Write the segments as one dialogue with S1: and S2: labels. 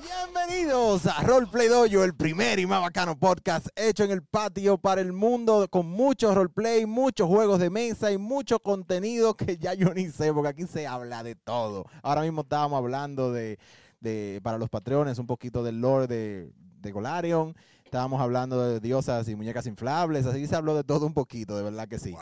S1: Bienvenidos a Roleplay Dojo, el primer y más bacano podcast hecho en el patio para el mundo con muchos roleplay, muchos juegos de mesa y mucho contenido que ya yo ni sé, porque aquí se habla de todo. Ahora mismo estábamos hablando de, de- para los patrones, un poquito del lore de, de Golarion. Estábamos hablando de diosas y muñecas inflables, así se habló de todo un poquito, de verdad que sí.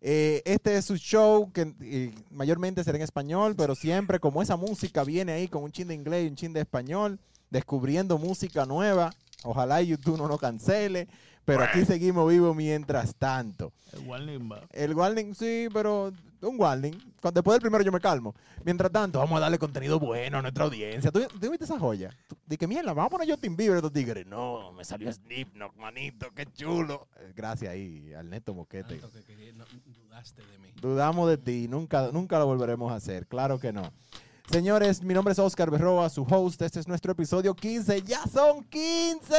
S1: Eh, este es su show que eh, mayormente será en español, pero siempre como esa música viene ahí con un chin de inglés y un chin de español, descubriendo música nueva. Ojalá y YouTube no nos cancele, pero aquí seguimos vivos mientras tanto.
S2: El warning va.
S1: El warning, sí, pero un warning. Cu- Después del primero yo me calmo. Mientras tanto, vamos a darle contenido bueno a nuestra audiencia. ¿Tú, tú viste esa joya? Tú- De que mierda, vamos a poner Justin Bieber a estos tigres. No, me salió Slipknot, manito, qué chulo. Eh, Gracias ahí al neto moquete.
S3: Tanto que quería- no, dudaste de mí.
S1: Dudamos de ti, nunca, nunca lo volveremos a hacer, claro que no. Señores, mi nombre es Oscar Berroa, su host. Este es nuestro episodio 15. ¡Ya son 15!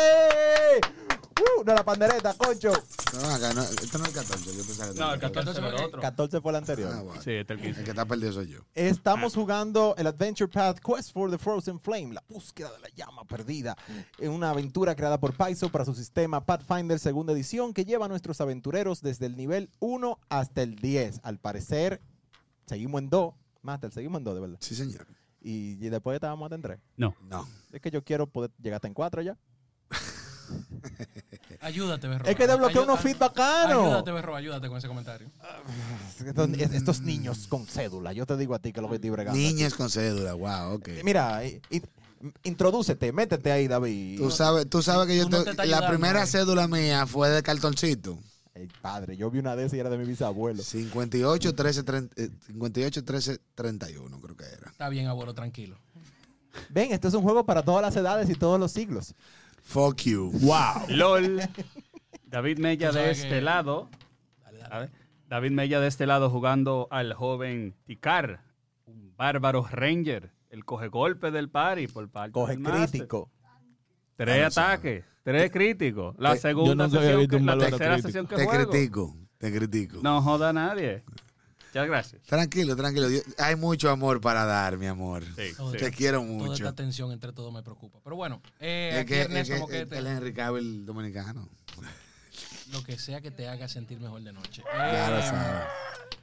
S1: ¡Uh! No, la pandereta, concho.
S4: No, no, acá no, este no es el 14, yo pensaba que
S5: No, el
S4: era
S5: 14
S3: 14
S5: era
S3: fue el
S5: otro.
S1: 14 fue el
S4: Ah,
S1: anterior.
S4: bueno.
S2: Sí, este es
S4: El
S2: el 15.
S4: que está perdido soy yo.
S1: Estamos jugando el Adventure Path Quest for the Frozen Flame, la búsqueda de la llama perdida. En una aventura creada por Paizo para su sistema Pathfinder segunda edición que lleva a nuestros aventureros desde el nivel 1 hasta el 10. Al parecer, seguimos en 2. Master, seguimos en 2, de verdad.
S4: Sí, señor.
S1: Y, y después estábamos hasta en tres.
S4: No.
S1: Es que yo quiero poder llegar hasta en cuatro ya.
S3: Ayúdate, Berro.
S1: Es que desbloqueé
S3: Ayú-
S1: unos
S3: ay-
S1: feed bacanos.
S3: Ayúdate, Berro, ayúdate con ese comentario.
S1: Estos, es- estos niños con cédula. Yo te digo a ti que lo que estoy bregando.
S4: Niñas con cédula, wow, ok.
S1: Eh, Mira, i- i- m- introdúcete, métete ahí, David.
S4: Tú sabes, tú sabes que yo
S3: Tú no
S4: te-
S3: te estás
S4: la
S3: ayudando,
S4: primera
S3: eh.
S4: cédula mía fue de cartoncito.
S1: Ey, padre, yo vi una de esas y era de mi bisabuelo.
S4: 58 13 30, eh, 58 13 31 creo que era.
S3: Está bien, abuelo, tranquilo.
S1: Ven, este es un juego para todas las edades y todos los siglos.
S4: Fuck you.
S2: ¡Wow! ¡Lol! David Mella
S3: Tú
S2: de
S3: sabes
S2: este
S3: que-
S2: lado.
S3: Dale,
S2: A
S3: dale.
S2: ver, David Mella de este lado jugando al joven Ticar, un bárbaro ranger. El coge golpe del pari por parte
S1: Coge
S2: del master.
S1: crítico.
S2: Tres
S4: Ah, no sabe.
S2: ataques, tres críticos. La
S4: Te-
S2: segunda
S5: yo nunca había
S2: sesión,
S5: visto
S2: que-
S5: un
S2: la
S5: bárbaro
S2: tercera
S5: crítico.
S2: sesión que
S4: Te
S2: juego.
S4: critico, te critico.
S2: No joda a nadie. Muchas gracias.
S4: Tranquilo, tranquilo. Yo- hay mucho amor para dar, mi amor.
S2: Sí,
S3: Todo
S2: sí.
S4: Te quiero
S3: Toda esta
S4: mucho.
S3: tensión entre todos me preocupa. Pero bueno, eh,
S4: Es
S3: aquí
S4: que, es
S3: Ernesto
S4: que
S3: Moquete,
S4: él es Henry Cavill dominicano.
S3: lo que sea que te haga sentir mejor de noche.
S4: Ya lo
S3: Eh,
S4: sabes.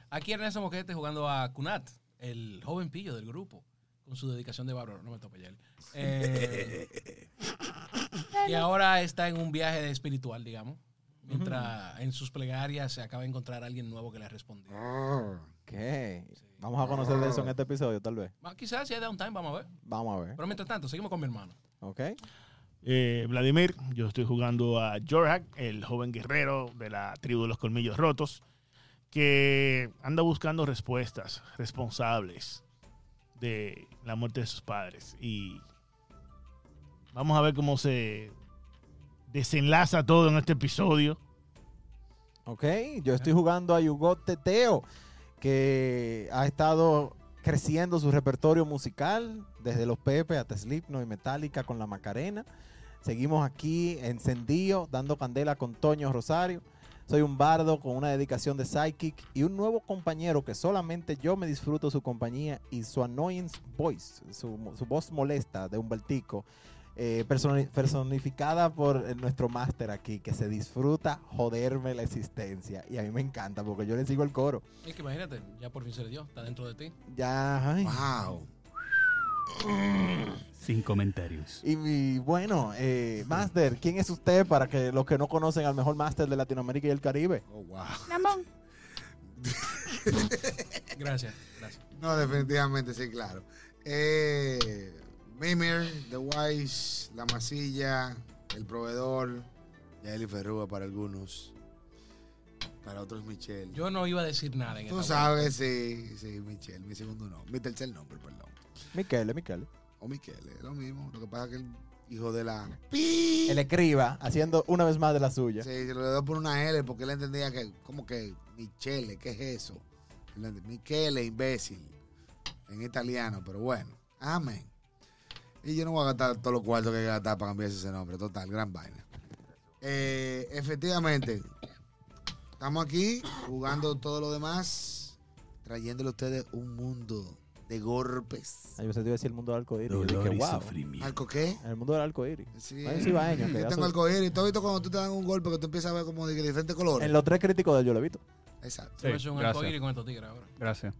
S3: Aquí Ernesto Moquete jugando a Kunat, el joven pillo del grupo, con su dedicación de bárbaro. No me tope ya él. Eh, y ahora está en un viaje de espiritual, digamos. Mientras en sus plegarias se acaba de encontrar alguien nuevo que le ha respondido.
S1: ¿Qué? Vamos a conocer de eso en este episodio, tal vez.
S3: Ma- Ah, Quizás si hay downtime, vamos a ver.
S1: Vamos a ver.
S3: Pero mientras tanto, seguimos con mi hermano.
S1: ¿Ok?
S6: Eh, Vladimir, yo estoy jugando a Jorak, el joven guerrero de la tribu de los colmillos rotos, que anda buscando respuestas responsables de la muerte de sus padres. Y vamos a ver cómo se desenlaza todo en este episodio.
S1: Ok, yo estoy jugando a Yugo Teteo, que ha estado creciendo su repertorio musical, desde los Pepe hasta Slipknot y Metallica con la Macarena. Seguimos aquí encendido, dando candela con Toño Rosario. Soy un bardo con una dedicación de psychic y un nuevo compañero que solamente yo me disfruto su compañía y su annoyance voice, su, su voz molesta de Humbertico, eh, personi- personificada por eh, nuestro máster aquí, que se disfruta joderme la existencia. Y a mí me encanta porque yo le sigo el coro.
S3: Es que imagínate, ya por fin se le dio, está dentro de ti.
S1: Ya, ay.
S4: Wow.
S2: Sin comentarios.
S1: Y, y bueno, eh, Master, ¿quién es usted para que los que no conocen al mejor Master de Latinoamérica y el Caribe?
S4: Oh, wow.
S3: Gracias, gracias.
S4: No, definitivamente, sí, claro. Eh, Mimir, The Wise, La Masilla, El Proveedor, Yaeli Ferrúa para algunos. Para otros, Michelle.
S3: Yo no iba a decir nada en
S4: Tú
S3: esta
S4: sabes, sí, sí, Michelle, mi segundo nombre, mi tercer nombre, perdón.
S1: Miquel, Miquel.
S4: O Michelle, es lo mismo. Lo que pasa es que el hijo de la...
S1: El escriba, haciendo una vez más de la suya.
S4: Sí, se lo dio por una L porque él entendía que, como que Michele, ¿qué es eso? Él ent- Michele, imbécil. En italiano, pero bueno. Amén. Y yo no voy a gastar todos los cuartos que hay que gastar para cambiarse ese nombre. Total, gran vaina. Eh, efectivamente, estamos aquí jugando todo lo demás, trayéndole a ustedes un mundo de golpes.
S1: Ah, Yo pensé que te iba a decir el mundo del arcoíris. Yo
S5: Dolor
S1: dije,
S5: y
S1: wow.
S5: sufrimiento.
S4: ¿Alco qué?
S1: El mundo del arcoíris.
S4: Sí.
S1: Vaya cibaeño, que
S4: Yo
S1: ya
S4: tengo
S1: se-
S4: arcoíris. ¿Tú has visto cuando tú te dan un golpe que tú empiezas a ver como de diferentes colores?
S1: En los tres críticos del Yo lo he visto.
S4: Exacto.
S2: Sí,
S3: va a ser un
S2: gracias.
S3: arcoíris con estos tigres ahora.
S2: Gracias.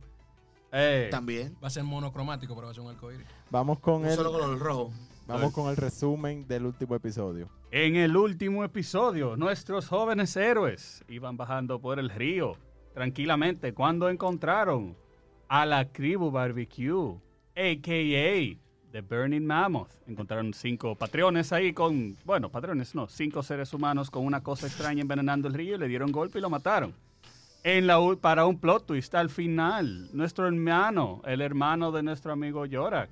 S2: Eh,
S4: También.
S3: Va a ser monocromático, pero va a ser un arcoíris.
S1: Vamos con
S4: Un
S1: el,
S4: solo color, el rojo.
S1: vamos con el resumen del último episodio.
S2: en el último episodio, nuestros jóvenes héroes iban bajando por el río tranquilamente cuando encontraron a la Cribu Barbecue, a.k.a. The Burning Mammoth. Encontraron cinco patrones ahí con, bueno, patrones no, cinco seres humanos con una cosa extraña envenenando el río y le dieron golpe y lo mataron. En la, ul- para un plot twist al final, nuestro hermano, el hermano de nuestro amigo Yorak,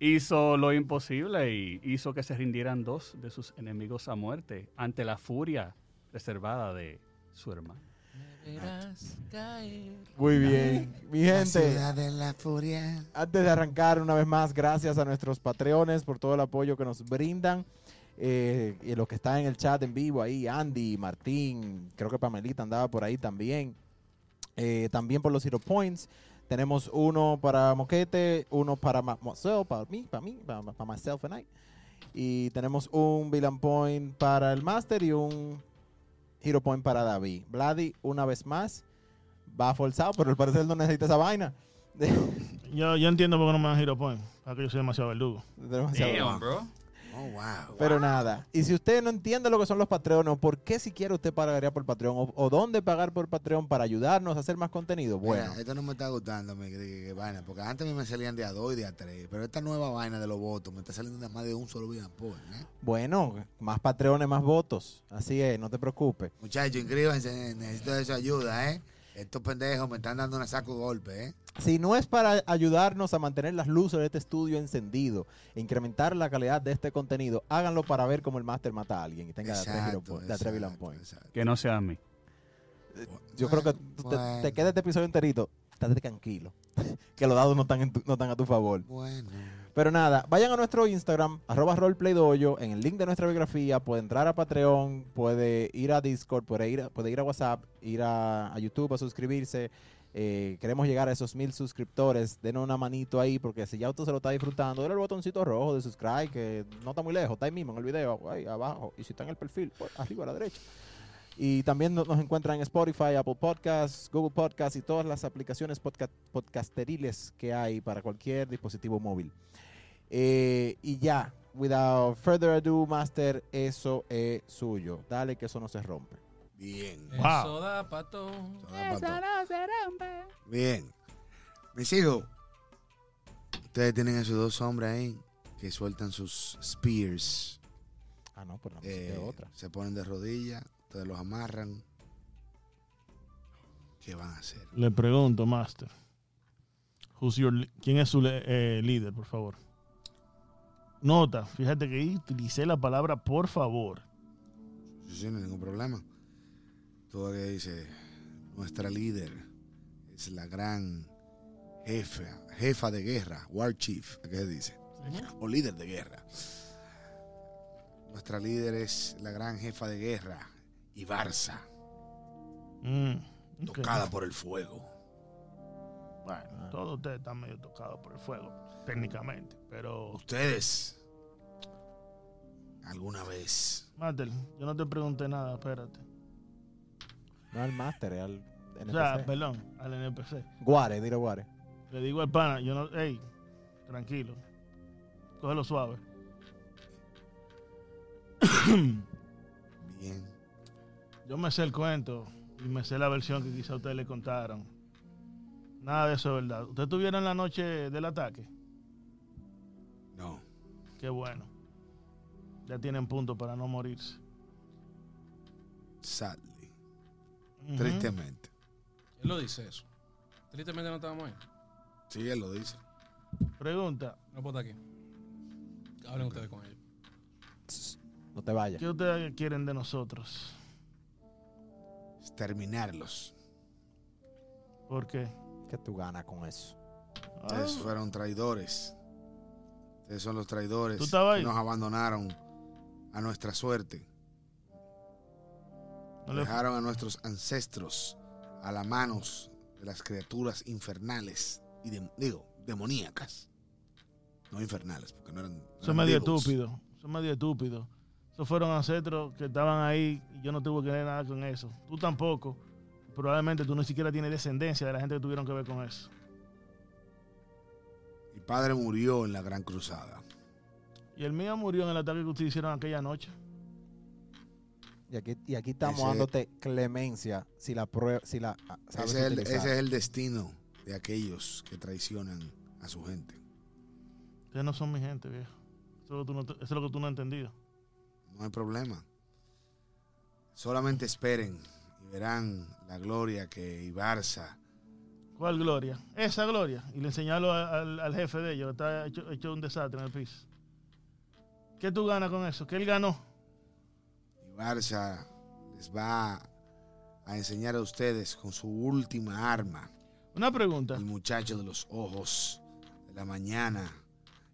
S2: hizo lo imposible y hizo que se rindieran dos de sus enemigos a muerte ante la furia reservada de su hermano.
S3: Verás caer.
S1: Muy bien. Mi
S4: La
S1: gente.
S4: ciudad de la furia.
S1: Antes de arrancar, una vez más, gracias a nuestros patreones por todo el apoyo que nos brindan. Eh, y los que están en el chat en vivo ahí, Andy, Martín, creo que Pamelita andaba por ahí también. Eh, también por los Zero Points. Tenemos uno para Moquete, uno para ma- myself, para mí, para mí, para, para myself and I. Y tenemos un Villain Point para el Master y un Hero Point para David. Vladi, una vez más, va forzado, pero al parecer no necesita esa vaina.
S6: Yo, yo entiendo por qué no me dan Hero Point. Para que yo soy demasiado verdugo.
S1: Demasiado bueno.
S2: bro.
S4: Oh, wow.
S1: Pero nada, y si usted no entiende lo que son los Patreones, ¿por qué siquiera usted pagaría por Patreon? ¿O, o dónde pagar por Patreon para ayudarnos a hacer más
S4: Eh,
S1: contenido? Bueno,
S4: Mira, esto no me está gustando, mi que- que- que vaina, porque antes a mí me salían de a dos y de a tres, pero esta nueva vaina de los votos me está saliendo nada más de un solo bien ¿eh?
S1: bueno, más Patreones, más votos. Así es, no te preocupes.
S4: Muchachos, inscríbanse, necesito de su ayuda, ¿eh? Estos pendejos me están dando una saco de golpe, ¿eh?
S1: Si no es para ayudarnos a mantener las luces de este estudio encendido e incrementar la calidad de este contenido, háganlo para ver cómo el máster mata a alguien y tenga de a tres hero po- de a tres villain
S4: exacto,
S1: points.
S4: exacto.
S2: Que no sea a mí.
S1: Yo creo que tú te,
S4: Bueno,
S1: te queda este episodio enterito, estate tranquilo, que los dados no están, en tu- no están a tu favor.
S4: Bueno.
S1: Pero nada, vayan a nuestro Instagram, arroba roleplaydoyo, en el link de nuestra biografía, puede entrar a Patreon, puede ir a Discord, puede ir a, puede ir a WhatsApp, ir a, a YouTube a suscribirse. Eh, queremos llegar a esos mil suscriptores, denos una manito ahí, porque si ya usted se lo está disfrutando, dale el botoncito rojo de subscribe, que no está muy lejos, está ahí mismo en el video, ahí abajo, y si está en el perfil, pues, arriba a la derecha. Y también no- nos encuentran en Spotify, Apple Podcasts, Google Podcasts y todas las aplicaciones podca- podcasteriles que hay para cualquier dispositivo móvil. Eh, y ya, without further ado, Master, eso es suyo. Dale que eso no se rompe.
S4: Bien.
S6: Wow.
S3: Eso da pato.
S4: Eso no Bien. Mis hijos, ustedes tienen a sus dos hombres ahí que sueltan sus spears.
S1: Ah, no, por la
S4: Eh,
S1: música de otra.
S4: Se ponen de rodillas, ustedes los amarran. ¿Qué van a hacer?
S6: Le pregunto, Master. Who's your li- ¿Quién es su le- eh, líder, por favor? Nota, fíjate que ahí utilicé la palabra por favor.
S4: Sí, sí, no hay ningún problema. Todavía dice, nuestra líder es la gran jefa, jefa de guerra, War Chief, ¿a ¿qué se dice? O líder de guerra. Nuestra líder es la gran jefa de guerra, Ibarza,
S6: Mm, ok.
S4: tocada por el fuego.
S1: Ah,
S6: Bueno, todos ustedes están medio tocados por el fuego, técnicamente. Pero,
S4: Ustedes, alguna vez
S6: Master, yo no te pregunté nada, espérate.
S1: No al Master, es al
S6: O sea,
S1: NPC.
S6: perdón, al NPC.
S1: Guare, dile Guare.
S6: Le digo al pana, yo no, hey, tranquilo, cógelo suave.
S4: Bien.
S6: Yo me sé el cuento y me sé la versión que quizá ustedes le contaron. Nada de eso es verdad. ¿Ustedes tuvieron la noche del ataque?
S4: No.
S6: Qué bueno. Ya tienen punto para no morirse.
S4: Sadly.
S6: Ujú.
S4: Tristemente.
S3: Él lo dice eso. Tristemente no estábamos ahí.
S4: Sí, él lo dice.
S6: Pregunta,
S3: No puedo estar aquí. Hablen ustedes con ellos.
S1: No te vayas.
S6: ¿qué ustedes quieren de nosotros?
S4: Exterminarlos.
S6: ¿Por qué? Ah,
S1: ¿Qué tú ganas con eso?
S4: Ustedes fueron traidores. Ustedes son los traidores.
S6: ¿Tú estabas ahí?
S4: que Nos abandonaron a nuestra suerte.
S6: No le-
S4: Dejaron a nuestros ancestros a las manos de las criaturas infernales. y de- digo, demoníacas. No infernales, porque no eran.
S6: Son
S4: eran
S6: medio
S4: devils.
S6: estúpidos. Son medio estúpidos. Esos fueron ancestros que estaban ahí y yo no tuve que ver nada con eso. Tú tampoco. Probablemente tú ni siquiera tienes descendencia de la gente que tuvieron que ver con eso.
S4: Mi padre murió en la Gran Cruzada.
S6: Y el mío murió en el ataque que ustedes hicieron aquella noche.
S1: Y aquí, y aquí estamos
S4: Ese-
S1: dándote clemencia si la prueba, si la ah, sabes
S4: Ese es, el,
S1: utilizar.
S4: ese es el destino de aquellos que traicionan a su gente.
S6: Ustedes no son mi gente, viejo. Eso es lo que tú no, eso es lo que tú no has entendido.
S4: No hay problema. Solamente esperen y verán la gloria que Ibarza.
S6: ¿Cuál gloria? Esa gloria. Y le señalo a- al, al jefe de ellos, que está hecho, hecho un desastre en el piso. ¿Qué tú ganas con eso? ¿Qué él ganó?
S4: Ibarza les va a enseñar a ustedes con su última arma.
S6: Una pregunta.
S4: El muchacho de los ojos, de la mañana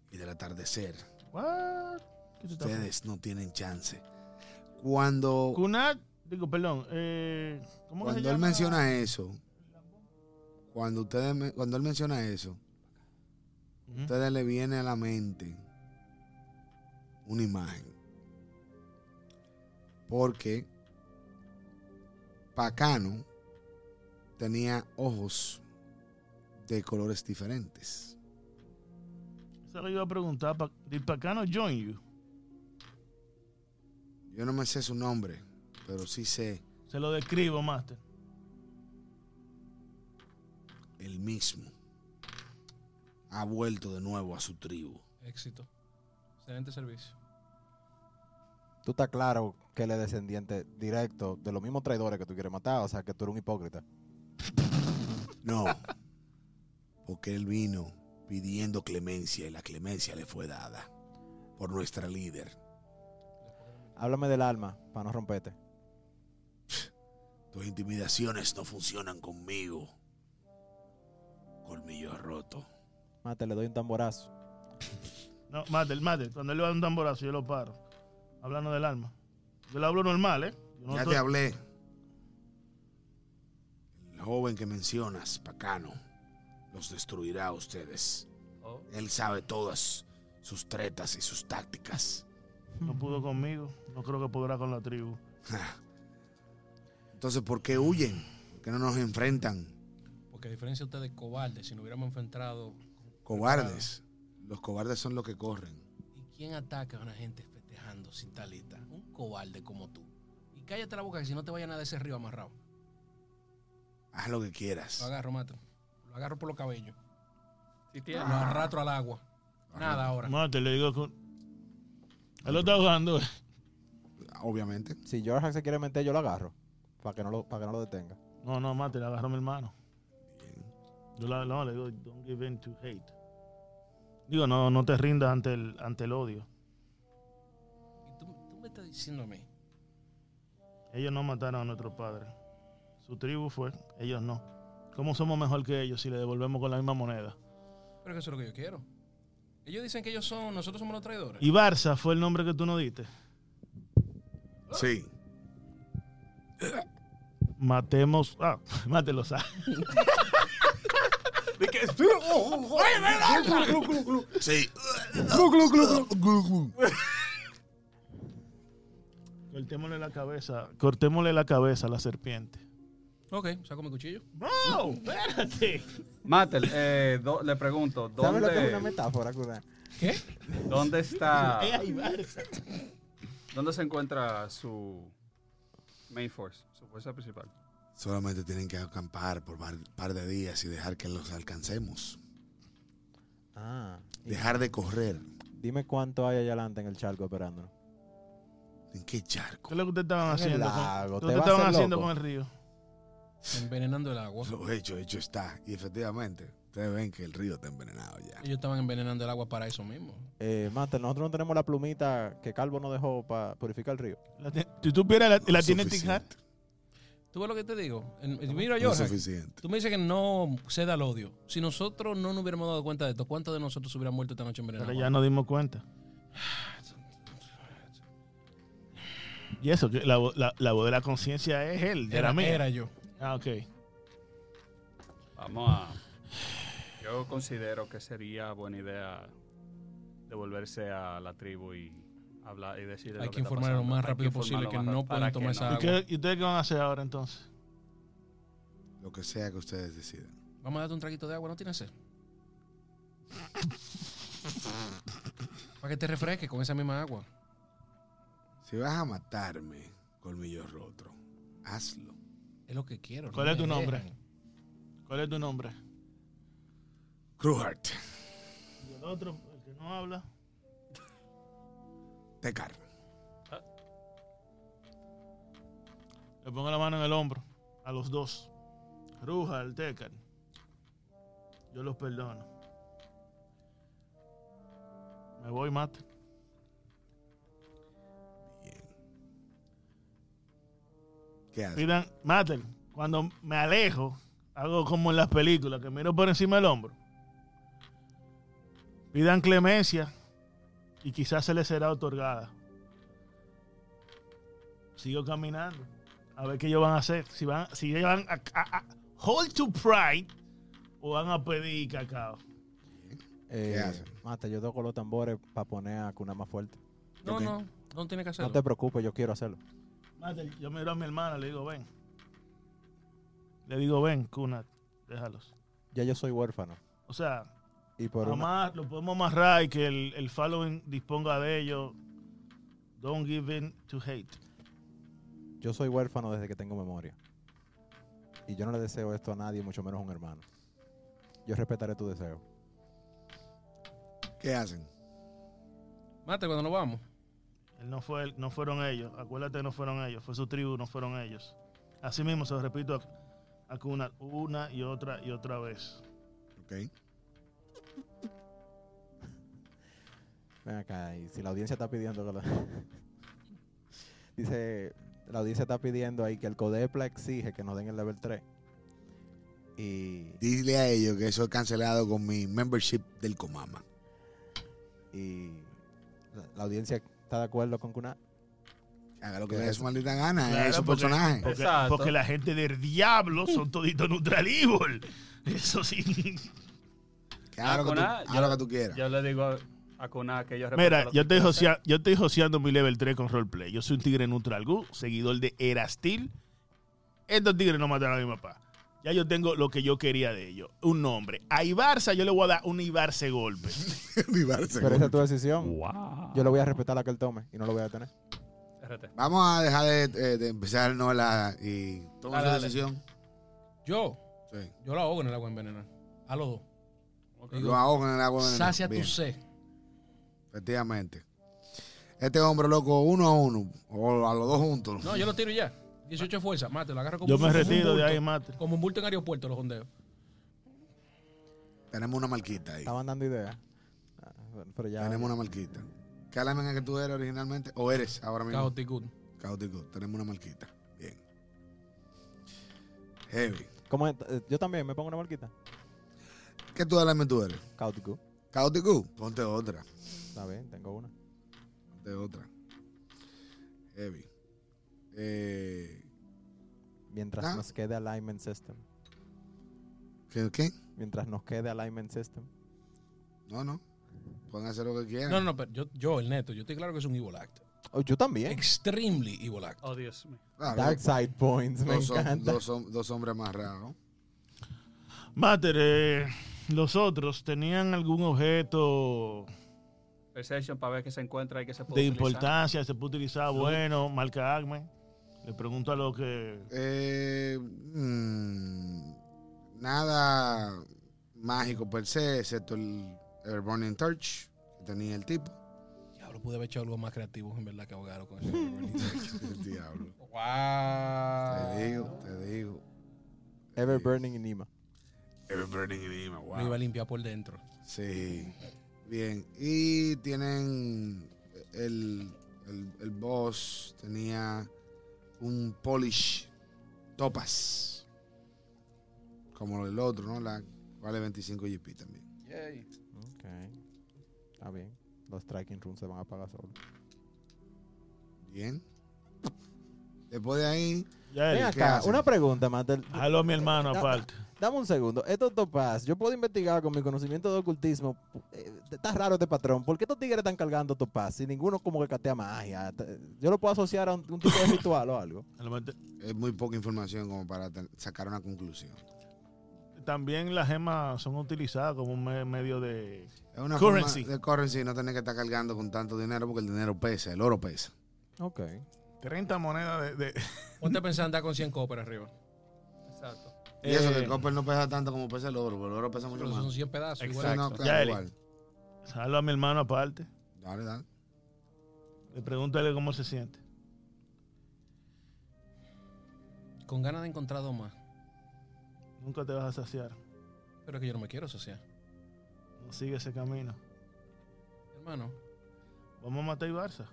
S4: y del atardecer.
S6: What? ¿Qué tú estás-
S4: Ustedes no tienen chance. Cuando,
S6: Kunal, digo, perdón, eh, ¿cómo que se
S4: cuando él
S6: llama?
S4: menciona eso, cuando, ustedes, me- cuando él menciona eso,
S6: Ujú.
S4: a ustedes le viene a la mente una imagen. Porque Pacano tenía ojos de colores diferentes.
S6: Eso lo iba a preguntar, pa- ¿Did Pacano join you?
S4: Yo no me sé su nombre, pero sí sé
S6: Se lo describo, Master.
S4: el mismo. Ha vuelto de nuevo a su tribu.
S3: Éxito. Excelente servicio.
S1: Tú estás claro que él es descendiente directo de los mismos traidores que tú quieres matar, o sea que tú eres un hipócrita.
S4: No, porque él vino pidiendo clemencia y la clemencia le fue dada por nuestra líder.
S1: Háblame del alma, para no romperte.
S4: Tus intimidaciones no funcionan conmigo. Colmillo roto.
S1: Mate, le doy un tamborazo.
S6: No, Master, Master, cuando él le va a dar un tamborazo, yo lo paro. Hablando del alma. Yo le hablo normal, ¿eh? Yo no
S4: ya
S6: estoy-
S4: te hablé. El joven que mencionas, Pacano, los destruirá a ustedes.
S2: Oh.
S4: Él sabe todas sus tretas y sus tácticas.
S6: No pudo conmigo, no creo que podrá con la tribu.
S4: Ja. Entonces, ¿por qué huyen? ¿Por qué no nos enfrentan?
S3: Porque a diferencia de ustedes, cobardes, si no hubiéramos enfrentado.
S4: Cobardes. Los cobardes son los que corren.
S3: ¿Y quién ataca a una gente festejando sin talita? Un cobarde como tú. Y cállate la boca que si no te vayan a dar ese río amarrado.
S4: Haz lo que
S3: Lo
S4: quieras.
S3: agarro, mato. Lo agarro por los cabellos.
S2: Si
S3: Lo
S2: tiene-
S3: arrastro al agua. Nada ahora.
S6: Master, le digo que... Él lo está jugando. eh.
S4: Obviamente.
S1: Si George se quiere meter, yo lo agarro. Para que, no lo- para que no lo detenga.
S6: No, no, Master, le agarró a mi hermano.
S4: Bien.
S6: Yo la- no, le digo, don't give in to hate. Digo, no, no te rindas ante el, ante el odio.
S3: Y tú, tú me estás diciendo a mí.
S6: Ellos no mataron a nuestro padre. Su tribu fue, ellos no. ¿Cómo somos mejor que ellos si le devolvemos con la misma moneda?
S3: Pero que eso es lo que yo quiero. Ellos dicen que ellos son, nosotros somos los traidores.
S6: Y Barça fue el nombre que tú no diste.
S4: Sí.
S6: Matemos. Ah, mátelo, Sa.
S2: Di que-
S4: Sí.
S6: Cortémosle la cabeza. Cortémosle la cabeza a la serpiente.
S3: Ok, saco mi cuchillo.
S6: ¡No! ¡Espérate!
S2: Matel, eh, do- le pregunto,
S1: ¿Sabes lo que es una
S2: ¿dónde,
S1: metáfora, Kuna?
S3: ¿Qué?
S2: dónde está,
S6: Ey, ay, Barça.
S2: dónde se encuentra su main force, su fuerza principal?
S4: Solamente tienen que acampar por un par de días y dejar que los alcancemos.
S1: Ah. y
S4: Dejar de correr.
S1: dime cuánto hay allá adelante en el charco operándonos.
S4: ¿En qué
S6: ¿Qué
S4: charco?
S6: es lo que ustedes estaban
S1: En el
S6: haciendo?
S1: lago,
S6: Con,
S1: te vas a
S6: ¿Qué ustedes estaban
S1: hacer
S6: haciendo
S1: loco.
S6: con el río?
S3: Envenenando el agua.
S4: Lo hecho, hecho está. Y efectivamente, ustedes ven que el río está envenenado ya.
S3: Ellos estaban envenenando el agua para eso mismo.
S1: Eh, Master, nosotros no tenemos la plumita que Calvo nos dejó para purificar el río.
S6: La ti- Si tú supieras, la, la tiene Tic Hat.
S4: Suficiente.
S3: ¿Tú ves lo que te digo? En- en- mira,
S4: No
S3: yo,
S4: es suficiente.
S3: tú me dices que no ceda al odio. Si nosotros no nos hubiéramos dado cuenta de esto, ¿cuántos de nosotros hubieran muerto esta noche
S6: Pero
S3: envenenados?
S6: ya nos dimos cuenta. Y eso, que la, vo- la, la voz de la conciencia es él, de Ah,
S3: Era,
S6: la mía.
S3: era yo.
S6: Ah, ok.
S2: Vamos a Yo considero que sería buena idea devolverse a la tribu y hablar y decirle
S3: Hay
S2: lo
S3: que
S2: que está
S3: informar lo
S2: pasando.
S3: más
S2: Hay que
S3: rápido
S2: informar
S3: posible
S2: lo
S3: que
S2: más
S3: no
S2: rápido
S3: pueden
S2: para
S3: tomar
S2: que
S3: esa
S2: no-
S6: ¿Y, qué- y ustedes qué van a hacer ahora entonces?
S4: Lo que sea que ustedes decidan.
S3: Vamos a darte un traguito de agua, ¿no tienes sed? Para que te refresques con esa misma agua.
S4: Si vas a matarme, colmillo roto, hazlo.
S3: Es lo que quiero.
S6: ¿Cuál es
S3: me
S6: tu nombre?
S3: dejan.
S6: ¿Cuál es tu nombre?
S4: Cruhart,
S6: Y el otro, el que no habla.
S4: Tecar.
S6: Le pongo la mano en el hombro. A los dos. Ruja, el Tecan. Yo los perdono. Me voy, mate.
S4: ¿Qué haces?
S6: Pidan, maten. Cuando me alejo, hago como en las películas, que miro por encima del hombro. Pidan clemencia y quizás se les será otorgada. Sigo caminando. A ver qué ellos van a hacer. Si van, si ellos van a, a- a- hold to pride o van a pedir cacao.
S1: Eh,
S4: hacen?
S1: Mate, yo toco los tambores para poner a Kuna más fuerte.
S3: No,
S4: Ok.
S3: no, no tiene que hacerlo.
S1: No te preocupes, yo quiero hacerlo.
S6: Mate, yo miro a mi hermana, le digo, ven. Le digo, ven, Kunat, déjalos.
S1: Ya yo soy huérfano.
S6: O sea,
S1: Y por una-
S6: Amar, lo podemos amarrar y que el, el following disponga de ello. Don't give in to hate.
S1: yo soy huérfano desde que tengo memoria. Y yo no le deseo esto a nadie, mucho menos a un hermano. Yo respetaré tu deseo.
S4: ¿Qué hacen?
S3: Mate, cuando nos vamos.
S6: Él no, fue, él, no fueron ellos. Acuérdate que no fueron ellos. Fue su tribu, no fueron ellos. Así mismo se lo repito a, a Kunal, una y otra y otra vez.
S4: Ok.
S1: Ven acá, y si la audiencia está pidiendo que lo- Dice, la audiencia está pidiendo ahí que el Codepla exige que nos den el level 3. Y,
S4: Dile a ellos que eso es cancelado con mi membership del Comama.
S1: y la, la audiencia está de acuerdo con Kuna.
S4: Haga lo que le dé su maldita gana, es
S6: Claro,
S4: su
S6: porque-
S4: personaje.
S6: Porque,
S2: Exacto.
S6: porque la gente del diablo son toditos neutral evil. Eso sí.
S4: Que haga lo que, tú,
S2: Conan,
S4: haga
S2: yo-
S4: lo que tú quieras.
S2: Yo le digo a, a Kuna que yo
S6: Mira, yo estoy, josea- yo estoy joseando mi level 3 con roleplay. Yo soy un tigre neutral goo, seguidor de Erastil. Estos tigres no mataron a mi papá. Ya yo tengo lo que yo quería de ellos. Un nombre. A Ibarza yo le voy a dar un Ibarce golpe.
S4: Mi bar
S1: Pero
S4: seguro.
S1: esa es tu decisión.
S2: Wow.
S1: Yo le voy a respetar la que él tome y no lo voy a detener.
S2: RT.
S4: Vamos a dejar de, eh, de empezar no la y toma
S3: Dale,
S4: su
S3: dale.
S4: decisión.
S3: Yo,
S4: Sí.
S3: yo lo ahogo en el agua envenenada. A los dos. Digo,
S4: Lo ahogan en el agua. venenosa.
S3: sacia
S4: Bien,
S3: tu sed.
S4: Efectivamente. Este hombre loco, uno a uno, o a los dos juntos.
S3: No, yo lo tiro y ya. 18 fuerzas, mate, lo agarro como
S6: Yo
S3: un-
S6: me
S3: como un
S6: retiro de
S3: bulto.
S6: ahí, mate.
S3: Como un bulto en aeropuerto, los jondeos.
S4: Tenemos una marquita ahí.
S1: Estaban dando ideas. Ah, bueno, Pero ya.
S4: Tenemos una marquita. ¿Qué alambre que tú eres originalmente? ¿O eres ahora mismo?
S3: Chaotic good.
S4: Caótico. Tenemos una marquita. Bien. Heavy.
S1: ¿Cómo es? Eh, Yo también me pongo una marquita.
S4: ¿Qué tú alambre tú eres?
S1: Cautico.
S4: Caótico. Ponte otra.
S1: Está bien, tengo una.
S4: de otra. Heavy. Eh,
S1: Mientras
S4: Ah.
S1: nos quede Alignment System.
S4: ¿Qué? qué?
S1: Mientras nos quede Alignment System.
S4: No, no. Pueden hacer lo que quieran.
S3: No, no, no, pero yo, yo, el neto, yo estoy claro que es un evil act.
S1: Oh, yo también.
S3: Extremely evil act.
S2: Oh, Dios mío.
S4: Claro,
S1: Dark Side Points, me
S4: dos, hom-
S1: encanta.
S4: dos hom- dos hombres amarrados.
S6: Mate, eh, los otros tenían algún objeto
S2: Perception para ver qué se encuentra y qué se puede
S6: de
S2: utilizar.
S6: importancia, se puede utilizar bueno, marca Agme. Le pregunto a lo que...
S4: Eh, mm, nada mágico per se, excepto el, el Burning Torch que tenía el tipo.
S3: Diablo, pude haber hecho algo más creativo, en verdad, que ahogarlo con ese
S4: el diablo.
S3: Wow.
S4: Te digo, te digo.
S1: Ever Burning y Nima.
S4: Ever Burning Enigma, wow.
S3: Me iba a limpiar por dentro.
S4: Sí. Bien. Y tienen el, el, el boss tenía un polish topas. Como el otro, ¿no? La vale 25 GP también.
S2: Yay.
S1: Ok. Está bien. Los tracking rooms se van a pagar solos.
S4: Bien. Después de ahí,
S6: Ya
S1: Ven
S6: él,
S4: ¿qué
S1: acá,
S4: hacen?
S1: una pregunta, Matel.
S6: jaló a mi hermano
S1: Da-
S6: aparte.
S1: Dame un segundo. Estos topaz, yo puedo investigar con mi conocimiento de ocultismo. eh, Está raro este patrón. ¿Por qué estos tigres están cargando topaz? Si ninguno como que catea magia. Te- Yo lo puedo asociar a un, un tipo de ritual o algo.
S6: A lo mejor te-
S4: Es muy poca información como para ten- sacar una conclusión.
S6: También las gemas son utilizadas como un me- medio de...
S4: Es una
S6: Currency.
S4: forma de currency no tener que estar cargando con tanto dinero porque el dinero pesa, el oro pesa.
S1: Ok.
S6: 30 monedas de... de-
S3: Ponte pensando andar con 100 copas arriba.
S2: Exacto.
S4: Y eso que
S6: Eh,
S4: el copper no pesa tanto como pesa el oro, pero el oro pesa mucho
S3: Pero son
S4: más.
S3: 100 pedazos.
S4: Sí,
S3: igual.
S4: no,
S2: Exacto.
S4: claro,
S6: Yaeli.
S4: igual.
S6: Saludo a mi hermano aparte.
S4: Dale, dale.
S6: Le pregúntale cómo se siente.
S3: Con ganas de encontrar dos más.
S6: Nunca te vas a saciar.
S3: Pero es que yo no me quiero asociar.
S6: Sigue ese camino.
S3: Hermano,
S6: Vamos a matar a Barça.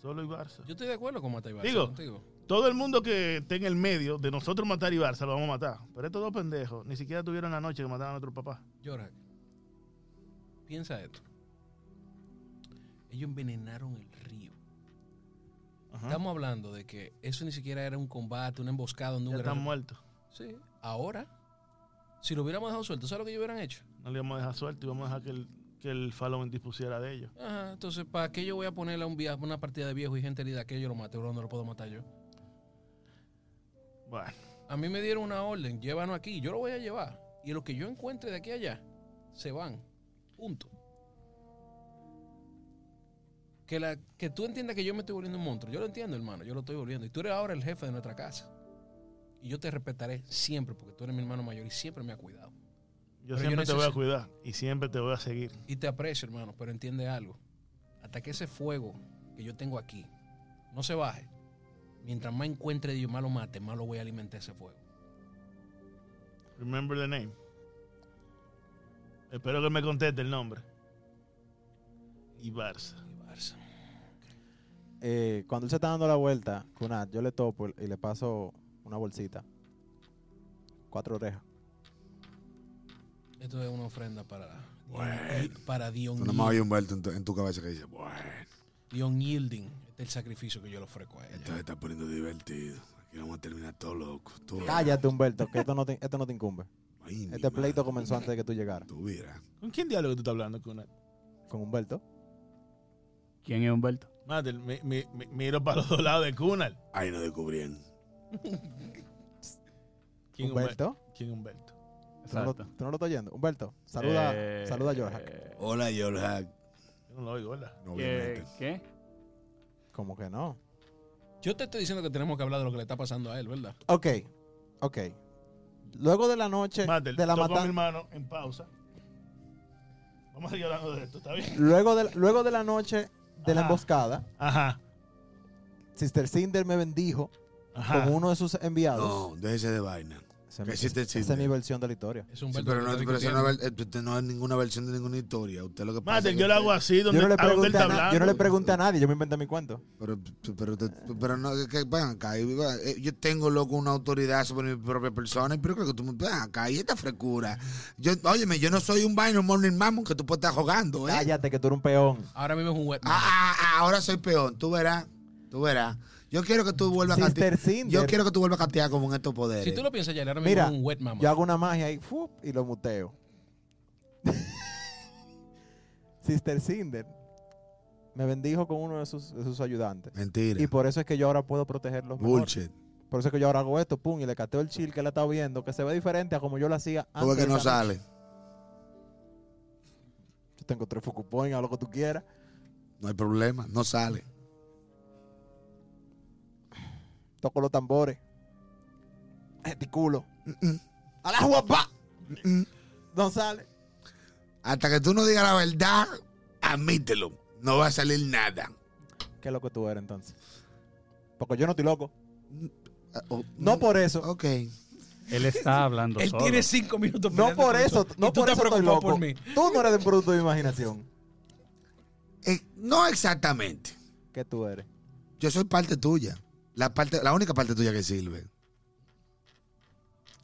S6: Solo y Barça.
S3: yo estoy de acuerdo con Matei Barça
S6: Digo.
S3: contigo.
S6: Todo el mundo que esté en el medio de nosotros matar y Barça lo vamos a matar. Pero estos dos pendejos ni siquiera tuvieron la noche que mataron a nuestro papá.
S3: Yorak, piensa esto. Ellos envenenaron el río.
S6: Ajá.
S3: Estamos hablando de que eso ni siquiera era un combate, una emboscada, un
S6: ya están muertos.
S3: Sí, ahora, si lo hubiéramos dejado suelto, ¿sabes lo que ellos hubieran hecho?
S6: No le íbamos a dejar suerte y vamos a dejar que el, que el Fallon dispusiera de ellos.
S3: Ajá, entonces, ¿para qué yo voy a ponerle a un viejo, una partida de viejo y gente herida que yo lo mate, bro? No lo puedo matar yo.
S6: Bueno,
S3: A mí me dieron una orden, llévanos aquí, yo lo voy a llevar. Y lo que yo encuentre de aquí a allá, se van. Punto. Que, la, que tú entiendas que yo me estoy volviendo un monstruo. Yo lo entiendo, hermano, yo lo estoy volviendo. Y tú eres ahora el jefe de nuestra casa. Y yo te respetaré siempre, porque tú eres mi hermano mayor y siempre me ha cuidado.
S6: yo
S3: Pero yo
S6: siempre te voy a
S3: necesito-
S6: cuidar y siempre te voy a seguir.
S3: Y te aprecio, hermano, pero entiende algo. Hasta que ese fuego que yo tengo aquí no se baje, mientras más encuentre Dios, más lo mate, más lo voy a alimentar ese fuego.
S6: Remember the name. Espero que me conteste el nombre. Y Barça.
S3: Y Barça.
S1: Eh, cuando él se está dando la vuelta, Kunat, yo le topo y le paso una bolsita. Cuatro orejas.
S3: Esto es una ofrenda para, para Dion,
S4: Tú nomás
S3: Yield-
S4: hay un vuelto en tu, en tu cabeza que dice, bueno,
S3: Dion Yielding. Este es el sacrificio que yo le ofrezco a
S4: esto
S1: Este.
S3: ella.
S4: se está poniendo divertido. Aquí vamos a terminar todo loco. Tú, verás.
S1: Cállate, Humberto, que esto no te, esto no te incumbe.
S4: Ay, mi
S1: Este pleito
S4: madre.
S1: comenzó antes de que tú llegaras.
S4: Tú verás.
S6: ¿Con quién diálogo tú estás hablando, Kunal?
S1: Con Humberto.
S2: ¿Quién es Humberto?
S6: Mate, mi- mi- mi- miro para los dos lados de Kunal.
S4: Ahí nos descubrían.
S6: ¿Quién Humberto?
S1: Humberto.
S6: ¿Quién Humberto?
S1: ¿Tú no, lo,
S2: Exacto.
S1: tú no lo estás oyendo. Humberto, saluda,
S2: Eh,
S1: saluda a Jorge.
S2: eh,
S4: Hola, Yorhack.
S6: Yo no lo oigo, hola. Eh,
S4: Obviamente.
S2: ¿Qué?
S1: Como que no.
S3: Yo te estoy diciendo que tenemos que hablar de lo que le está pasando a él, ¿verdad?
S1: Ok, ok. Luego de la noche
S6: Mate,
S1: de la
S6: toco a mi
S1: matanza.
S6: hermano en pausa. Vamos a seguir hablando de esto, ¿está bien?
S1: Luego de, luego de la noche de la
S6: Ajá.
S1: emboscada,
S6: Ajá,
S1: Sister Cinder me bendijo
S6: ajá.
S1: con uno de sus enviados.
S4: No, déjese de vaina.
S1: Esa,
S4: ¿qué
S1: es-
S4: Sister
S1: esa es
S4: Cinder?
S1: mi versión de la historia.
S3: Es
S4: Sí,
S3: Humberto
S4: pero
S3: que
S4: no,
S3: está
S4: pero eso no,
S3: discutiendo.
S4: es- eh, usted no es ninguna versión de ninguna historia. Usted lo que pasa.
S6: Mate,
S4: es
S6: yo
S4: que
S6: lo hago
S4: usted-
S6: así, donde,
S1: Yo no, le
S6: a donde él
S1: pregunté
S6: está
S1: a na-
S6: hablando.
S1: yo no le pregunté a nadie, yo me inventé mi cuento.
S4: Pero, pero, te- pero no, que- que, ven acá. y, eh, Yo tengo, loco, una autoridad sobre mi propia persona. Pero creo que tú me. Ven acá, y esta frescura. Yo, óyeme, yo no soy un vaino morning mamón que tú puedes estar jugando, ¿eh?
S1: Cállate, que tú eres un peón.
S3: Ahora mismo es un wet.
S4: Ah, ah, ah, ahora soy peón. Tú verás. Tú verás. Yo quiero que tú vuelvas a
S1: Sister
S4: cantear.
S1: Cinder.
S4: Yo quiero que tú vuelvas a cantear como en estos poderes.
S3: si tú lo piensas, ya ahora mismo
S1: Mira,
S3: es un wet mama.
S1: Yo hago una magia ahí ¡fup! y lo muteo. Sister Cinder me bendijo con uno de sus, de sus ayudantes.
S4: Mentira.
S1: Y por eso es que yo ahora puedo protegerlos mejor.
S4: Bullshit.
S1: Por eso es que yo ahora hago esto, pum, y le cateo el chill que le estaba viendo, que se ve diferente a como yo lo hacía antes.
S4: Tú ves que
S1: de
S4: no
S1: esa noche.
S4: sale.
S1: Yo tengo tres Fukupoin, a lo que tú quieras.
S4: No hay problema. No sale.
S1: Toco los tambores. Gesticulo. ¡A la guapa! No sale.
S4: Hasta que tú no digas la verdad, admítelo. No va a salir nada.
S1: ¿Qué loco tú eres entonces? Porque yo no estoy loco.
S4: Ah, oh,
S1: No por eso.
S4: Ok. Eh,
S2: Él está hablando
S3: él
S2: solo.
S3: tiene cinco minutos.
S1: No
S3: peleando
S1: por
S3: con
S1: eso,
S3: tú, y
S1: no
S3: tú
S1: por
S3: estás
S1: eso estoy
S3: preocupado
S1: loco.
S3: por mí.
S1: Tú no eres un producto de mi imaginación.
S4: Eh, no exactamente.
S1: ¿Qué tú eres?
S4: Yo soy parte tuya. La, parte, la única parte tuya que sirve.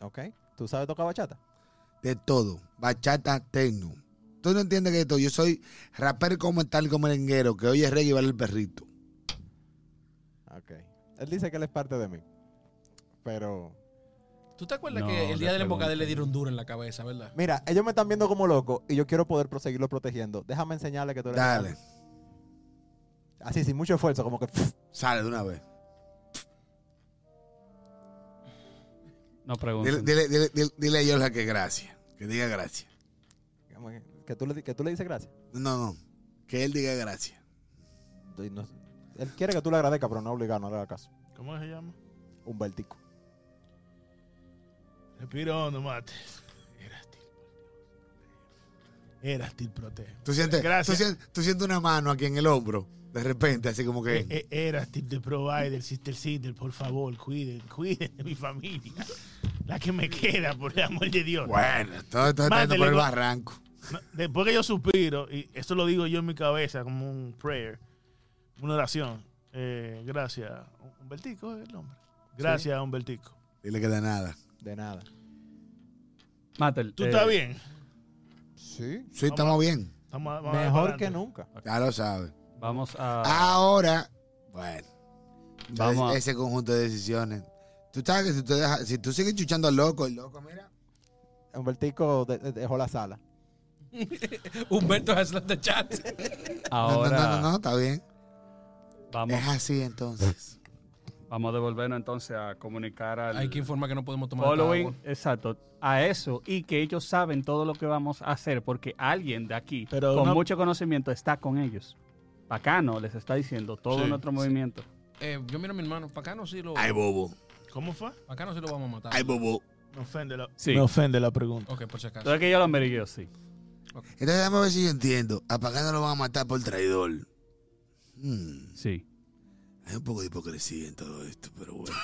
S1: ¿Ok? ¿Tú sabes tocar bachata?
S4: De todo. Bachata, tecno. Tú no entiendes que esto. Yo soy rapero como tal como merenguero que oye reggae y vale el perrito.
S1: Ok. Él dice que él es parte de mí. Pero
S3: ¿Tú te acuerdas
S2: No,
S3: que el día
S2: le
S3: del embocadero
S2: pregunto.
S3: le dieron duro en la cabeza, verdad?
S1: Mira, ellos me están viendo como loco y yo quiero poder proseguirlo protegiendo. Déjame enseñarle que tú eres.
S4: Dale,
S1: Así, sin mucho esfuerzo, como que.
S4: sale de una vez.
S2: No
S4: Dile,
S2: pregunten.
S4: dile, dile, dile- dile a Georgia que gracias. Que diga gracias.
S1: como que- que, tú le, di- que tú le dices gracias.
S4: No, no. Que él diga gracias.
S1: Y no- él quiere que tú le agradezcas, pero no obligado, no le hagas caso.
S6: ¿Cómo se llama?
S1: Un vertico.
S6: Respira hondo, mate. Erastil. Erastil protege.
S4: ¿Tú sientes,
S6: Gracias.
S4: Tú, sientes, tú sientes una mano aquí en el hombro. De repente, así como que.
S6: Eh, eh, Erastil de Provider, Sister Sister, por favor, cuiden, cuiden de mi familia. La que me queda, por el amor de Dios.
S4: bueno, todo esto está yendo
S6: Mándele
S4: por el
S6: go-
S4: barranco.
S6: No, Después que yo suspiro, y esto lo digo yo en mi cabeza como un prayer, una oración. eh, gracias, Humbertico es el nombre. Gracias, Humbertico.
S4: Dile que de nada.
S1: De nada.
S2: Matel,
S6: ¿Tú
S2: eh,
S6: estás bien?
S1: Sí.
S4: Sí, estamos bien.
S6: Estamos- vamos a ver para
S1: Mejor que
S6: adelante.
S1: nunca.
S4: Ya lo sabes.
S2: Vamos
S4: Ah,
S2: a.
S4: Ahora, bueno, ya
S2: Vamos
S4: es-
S2: a-
S4: ese conjunto de decisiones. Tú sabes que si tú, dejas- si tú sigues chuchando al loco, el loco, mira.
S1: Humbertico de- de- dejó la sala.
S3: Humberto Hasler de chat.
S4: No, no,
S2: Ahora
S4: no, no, no, está bien.
S2: Vamos,
S4: Es así entonces.
S2: vamos a devolvernos entonces a comunicar al.
S3: Hay que informar que no podemos tomar esta
S2: Following,
S3: agua.
S2: exacto, a eso y que ellos saben todo lo que vamos a hacer porque alguien de aquí
S6: Pero
S2: con
S6: no-
S2: mucho conocimiento está con ellos. Bacano les está diciendo todo
S6: Sí,
S2: nuestro movimiento.
S3: Eh, yo miro a mi hermano. Pacano sí lo,
S4: Ay, bobo.
S6: ¿Cómo fue?
S3: Pacano sí lo vamos a matar.
S4: Ay, bobo.
S6: Me ofende la,
S2: Sí.
S6: me ofende la pregunta.
S3: Ok, por si acaso.
S2: Entonces que yo lo miro y yo, sí.
S4: Entonces, déjame ver si yo entiendo. A Pagano lo van a matar por traidor. Hmm,
S2: Sí.
S4: hay un poco de hipocresía en todo esto, pero bueno.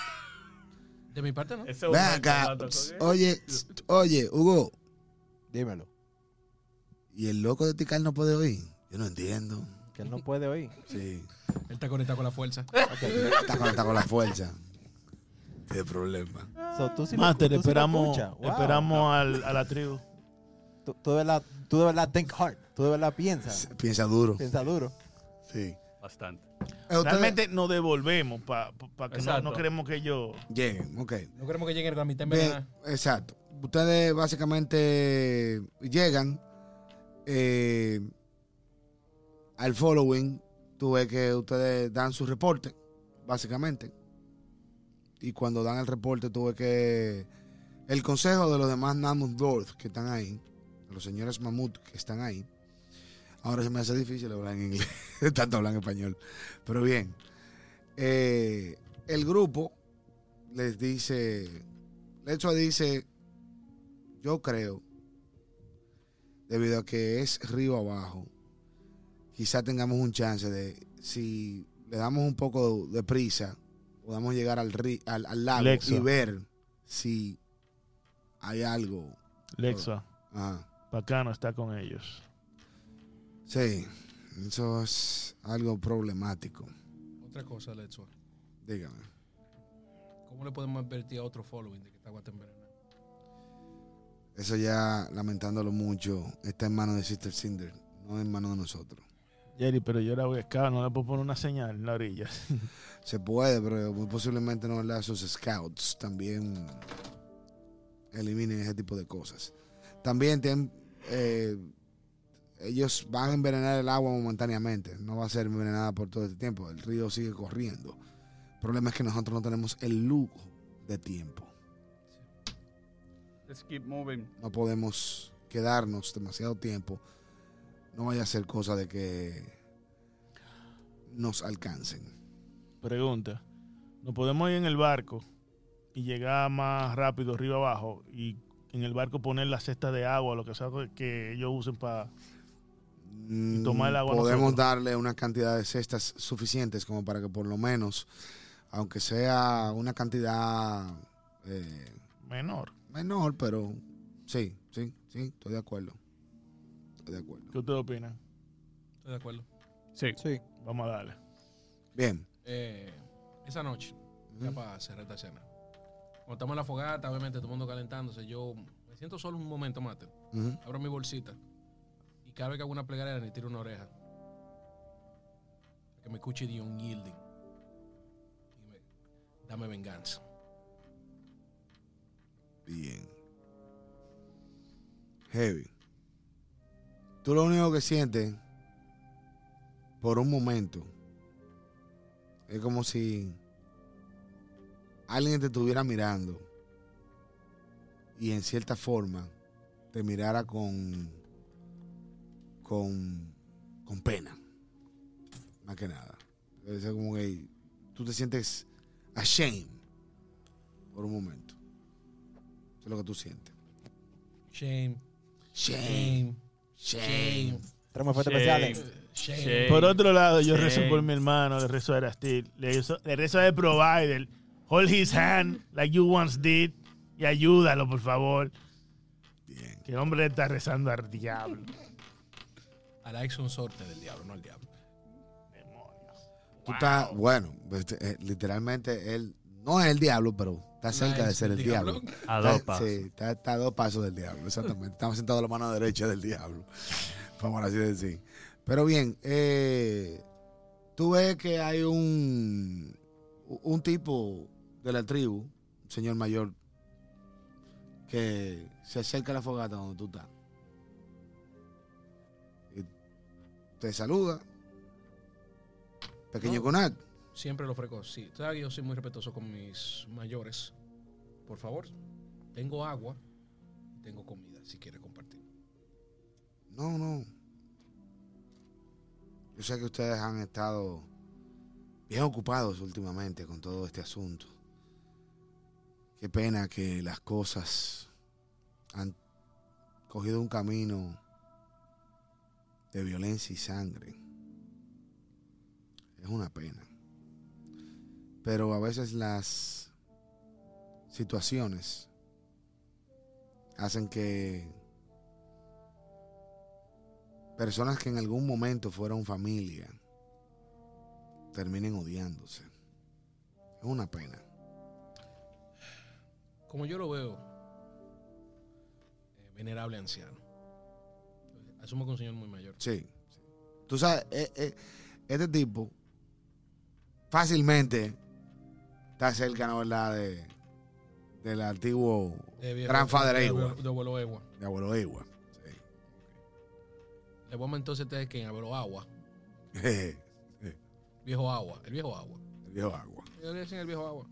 S3: De mi parte, ¿no?
S4: Ven acá. Ps, Oye, ps, oye, Hugo.
S1: Dímelo.
S4: ¿Y el loco de Tical no puede oír? Yo no entiendo.
S1: Que él no puede oír.
S4: Sí.
S3: Él está conectado con la fuerza.
S4: Está conectado con la fuerza. Qué problema.
S1: So, tú sí lo-
S6: Master,
S1: tú sí lo
S6: esperamos,
S1: escuchas. Wow.
S6: esperamos al- a la tribu.
S1: Tú, tú de verdad, tú de verdad think hard. Tú de verdad piensas.
S4: Piensa duro. Eh,
S1: Piensa duro.
S4: Sí.
S2: Bastante.
S6: Realmente nos devolvemos para que no,
S2: Exacto.
S6: no queremos que ellos...
S4: Lleguen, ok.
S3: No queremos que lleguen a la mitad
S4: Ve-
S3: envenenada.
S4: exacto. Ustedes básicamente llegan eh, al following. Tú ves que ustedes dan su reporte, básicamente. Y cuando dan el reporte, tú ves que el consejo de los demás Namus Dorf que están ahí, de los señores Mamut que están ahí. Ahora se me hace difícil hablar en inglés, tanto hablar en español. Pero bien, eh, el grupo les dice hecho dice, yo creo, debido a que es río abajo, quizá tengamos un chance de, si le damos un poco de prisa, podamos llegar al, ri- al, al lago
S6: Lexo.
S4: y ver si hay algo. Ah,
S6: Lexa,
S4: Ajá.
S6: Bacano está con ellos.
S4: Sí, eso es algo problemático.
S3: Otra cosa, Lechua.
S4: Dígame.
S3: ¿Cómo le podemos advertir a otro following de que esta agua está envenenada?
S4: Eso ya, lamentándolo mucho, está en manos de Sister Cinder, no en manos de nosotros.
S6: Jerry, pero yo la voy a escalar, no le puedo poner una señal en la orilla.
S4: Se puede, pero muy posiblemente no ¿verdad? sus scouts también eliminen ese tipo de cosas. También tienen, eh, ellos van a envenenar el agua momentáneamente. No va a ser envenenada por todo este tiempo. El río sigue corriendo. El problema es que nosotros no tenemos el lujo de tiempo.
S2: Let's keep moving.
S4: No podemos quedarnos demasiado tiempo. No vaya a ser cosa de que nos alcancen.
S6: Pregunta, ¿nos podemos ir en el barco y llegar más rápido arriba abajo y en el barco poner la cesta de agua o lo que sea que ellos usen para...
S4: Mm,
S6: tomar el agua
S4: Podemos
S6: nosotros.
S4: darle una cantidad de cestas suficientes como para que por lo menos, aunque sea una cantidad eh,
S6: Menor.
S4: menor, pero sí, sí, sí, estoy de acuerdo. Estoy de acuerdo.
S6: ¿Qué ustedes opinan?
S3: Estoy de acuerdo.
S2: Sí.
S1: Sí.
S6: Vamos a darle.
S4: Bien.
S3: Eh, esa noche, ya
S4: Ujú.
S3: para cerrar esta cena. Cuando estamos en la fogata, obviamente todo el mundo calentándose. Yo me siento solo un momento, mate.
S4: Ujú.
S3: Abro mi bolsita. Y cada vez que hago una plegaria, le tiro una oreja. Que me escuche Dion Yielding. Y me- dame venganza.
S4: Bien. Heavy. Tú lo único que sientes por un momento es como si alguien te estuviera mirando y en cierta forma te mirara con con, con pena. Más que nada. Es como que tú te sientes ashamed por un momento. Eso es lo que tú sientes.
S3: Shame.
S4: Shame.
S3: Shame.
S4: Shame.
S1: Tenemos fuertes
S2: Shame.
S1: especiales.
S3: Shame.
S6: Por otro lado, yo
S2: Sí.
S6: rezo por mi hermano, le rezo a Erastil, le, rezo- le rezo a The Provider. Hold his hand like you once did y ayúdalo, por favor.
S4: Bien.
S6: Que el hombre le está rezando al diablo.
S3: Alex es un sorte del diablo, no al diablo.
S6: Demonios.
S4: Tú estás, bueno, este, eh, literalmente él no es el diablo, pero está cerca de ser el diablo.
S2: A
S4: Está-
S2: dos pasos.
S4: Sí, está, está a dos pasos del diablo, exactamente. Estamos sentados a la mano derecha del diablo, vamos así decir. Pero bien, eh, tú ves que hay un, un tipo de la tribu, un señor mayor, que se acerca a la fogata donde tú estás. Y te saluda. Pequeño
S3: No.
S4: Conat.
S3: Siempre lo ofrezco. Sí, tú sabes que yo soy muy respetuoso con mis mayores. Por favor, tengo agua, tengo comida, si quieres compartir.
S4: No, no. Yo sé que ustedes han estado bien ocupados últimamente con todo este asunto. Qué pena que las cosas han cogido un camino de violencia y sangre. Es una pena. Pero a veces las situaciones hacen que personas que en algún momento fueron familia terminen odiándose. Es una pena.
S3: Como yo lo veo, eh, venerable anciano. Asumo que un señor muy mayor.
S4: Sí. sí. Tú sabes, eh, eh, este tipo fácilmente está cerca, ¿no verdad?, de, del antiguo
S3: Eh, viejo-
S4: Grandfather
S3: de
S4: Ewa.
S3: abuelo- De abuelo Ewa.
S4: de abuelo Ewa. Sí.
S3: Le vamos entonces a ustedes que en abuelo agua,
S4: Jeje,
S3: viejo agua, el viejo agua.
S4: El viejo agua.
S3: Yo le decía el viejo agua.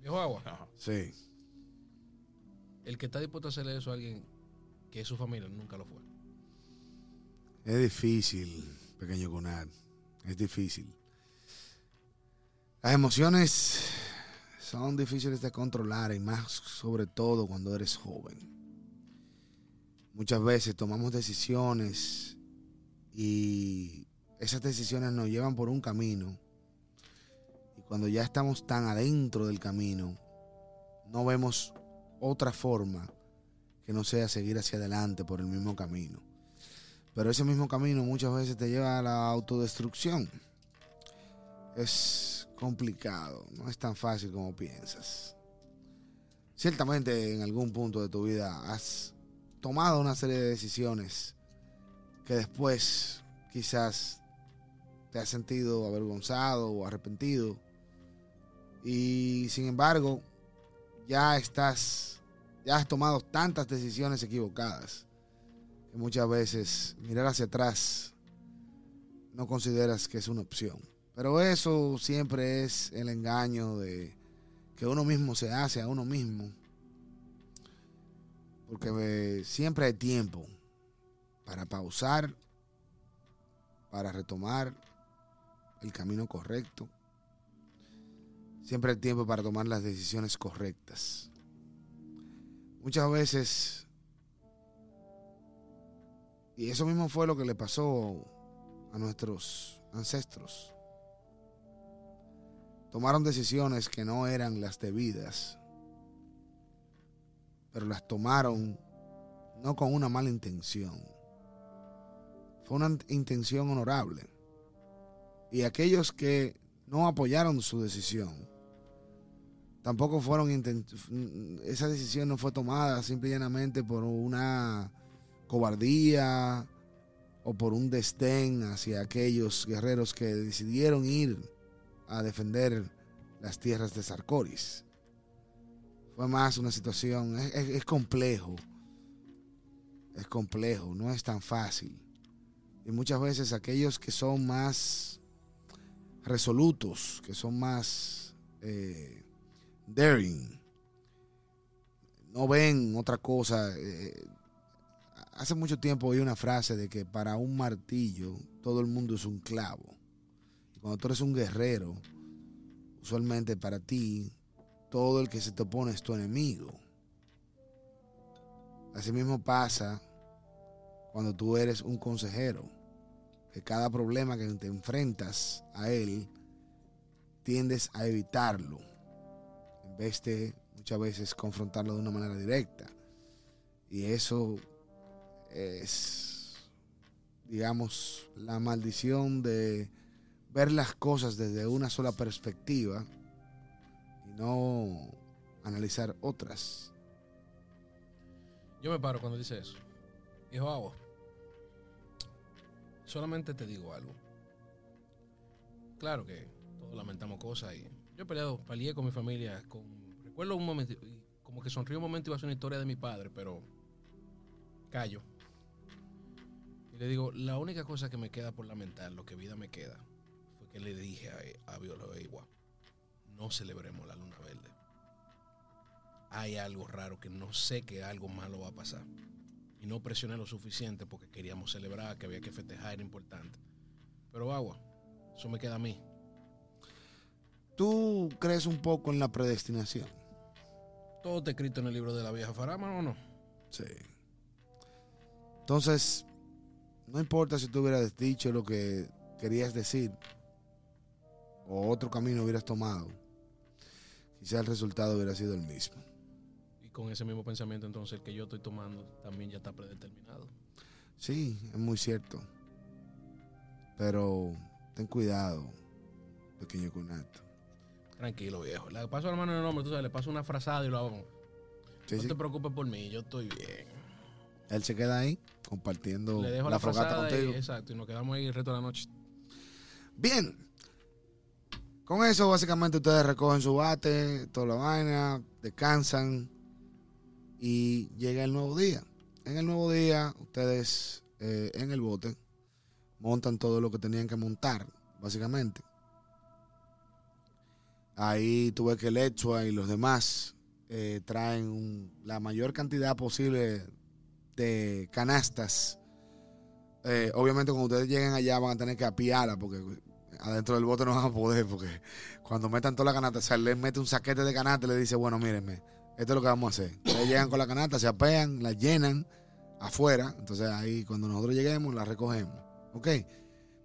S3: Viejo agua.
S4: Sí.
S3: El que está dispuesto a hacerle eso a alguien que es su familia nunca lo fue.
S4: Es difícil, pequeño Conad. Es difícil. Las emociones son difíciles de controlar y más sobre todo cuando eres joven. Muchas veces tomamos decisiones y esas decisiones nos llevan por un camino. Y cuando ya estamos tan adentro del camino, no vemos otra forma que no sea seguir hacia adelante por el mismo camino. Pero ese mismo camino muchas veces te lleva a la autodestrucción. Es complicado, no es tan fácil como piensas. Ciertamente en algún punto de tu vida has tomado una serie de decisiones que después quizás te has sentido avergonzado o arrepentido. Y sin embargo, ya estás, ya has tomado tantas decisiones equivocadas que muchas veces mirar hacia atrás no consideras que es una opción. Pero eso siempre es el engaño de que uno mismo se hace a uno mismo. Porque eh, siempre hay tiempo para pausar, para retomar el camino correcto. Siempre hay tiempo para tomar las decisiones correctas. Muchas veces y eso mismo fue lo que le pasó a nuestros ancestros. Tomaron decisiones que no eran las debidas, pero las tomaron no con una mala intención. Fue una intención honorable. Y aquellos que no apoyaron su decisión, tampoco fueron, inten- esa decisión no fue tomada simple y llanamente por una cobardía o por un desdén hacia aquellos guerreros que decidieron ir a defender las tierras de Sarcoris. Fue más una situación, es, es- es complejo. Es complejo, no es tan fácil. Y muchas veces aquellos que son más resolutos, que son más eh, daring, no ven otra cosa. eh, hace mucho tiempo oí una frase de que para un martillo todo el mundo es un clavo. Y cuando tú eres un guerrero, usualmente para ti todo el que se te opone es tu enemigo. Asimismo pasa cuando tú eres un consejero, que cada problema que te enfrentas a él, tiendes a evitarlo, en vez de muchas veces confrontarlo de una manera directa. Y eso es, digamos, la maldición de ver las cosas desde una sola perspectiva y no analizar otras.
S3: Yo me paro cuando dice eso. Dijo Avo, solamente te digo algo. Claro que todos lamentamos cosas y yo he peleado, peleé con mi familia. Con, recuerdo un momento, y como que sonrío un momento y va a ser una historia de mi padre, pero callo. Y le digo, la única cosa que me queda por lamentar, lo que vida me queda, fue que le dije a, a Viola Ewa, no celebremos la luna verde hay algo raro que no sé que algo malo va a pasar. Y no presioné lo suficiente porque queríamos celebrar, que había que festejar, era importante. Pero agua, eso me queda a mí.
S4: ¿Tú crees un poco en la predestinación?
S3: Todo está escrito en el libro de la vieja Farama o no.
S4: Sí. Entonces, no importa si tú hubieras dicho lo que querías decir o otro camino hubieras tomado, quizás el resultado hubiera sido el mismo.
S3: Y con ese mismo pensamiento entonces el que yo estoy tomando también ya está predeterminado.
S4: Sí, es muy cierto. Pero ten cuidado, pequeño Cunato.
S3: Tranquilo, viejo. Le paso a la mano en el nombre, tú sabes, le paso una frazada y lo hago.
S4: Sí,
S3: no
S4: sí.
S3: te preocupes por mí, yo estoy bien.
S4: Él se queda ahí compartiendo
S3: Le dejo
S4: la,
S3: la,
S4: fogata
S3: frazada y,
S4: contigo.
S3: exacto, y nos quedamos ahí el resto de la noche.
S4: Bien. Con eso básicamente ustedes recogen su bate, toda la vaina, descansan y llega el nuevo día. En el nuevo día ustedes eh, en el bote montan todo lo que tenían que montar, básicamente. Ahí tuve que Lechua y los demás eh, traen un- la mayor cantidad posible de canastas eh, obviamente cuando ustedes lleguen allá van a tener que apiarla porque adentro del bote no van a poder porque cuando metan toda la canasta, o sea, les mete un saquete de canasta y le dice, bueno, mírenme, esto es lo que vamos a hacer. Ustedes llegan con la canasta, se apean, la llenan afuera, entonces ahí cuando nosotros lleguemos la recogemos, ¿ok?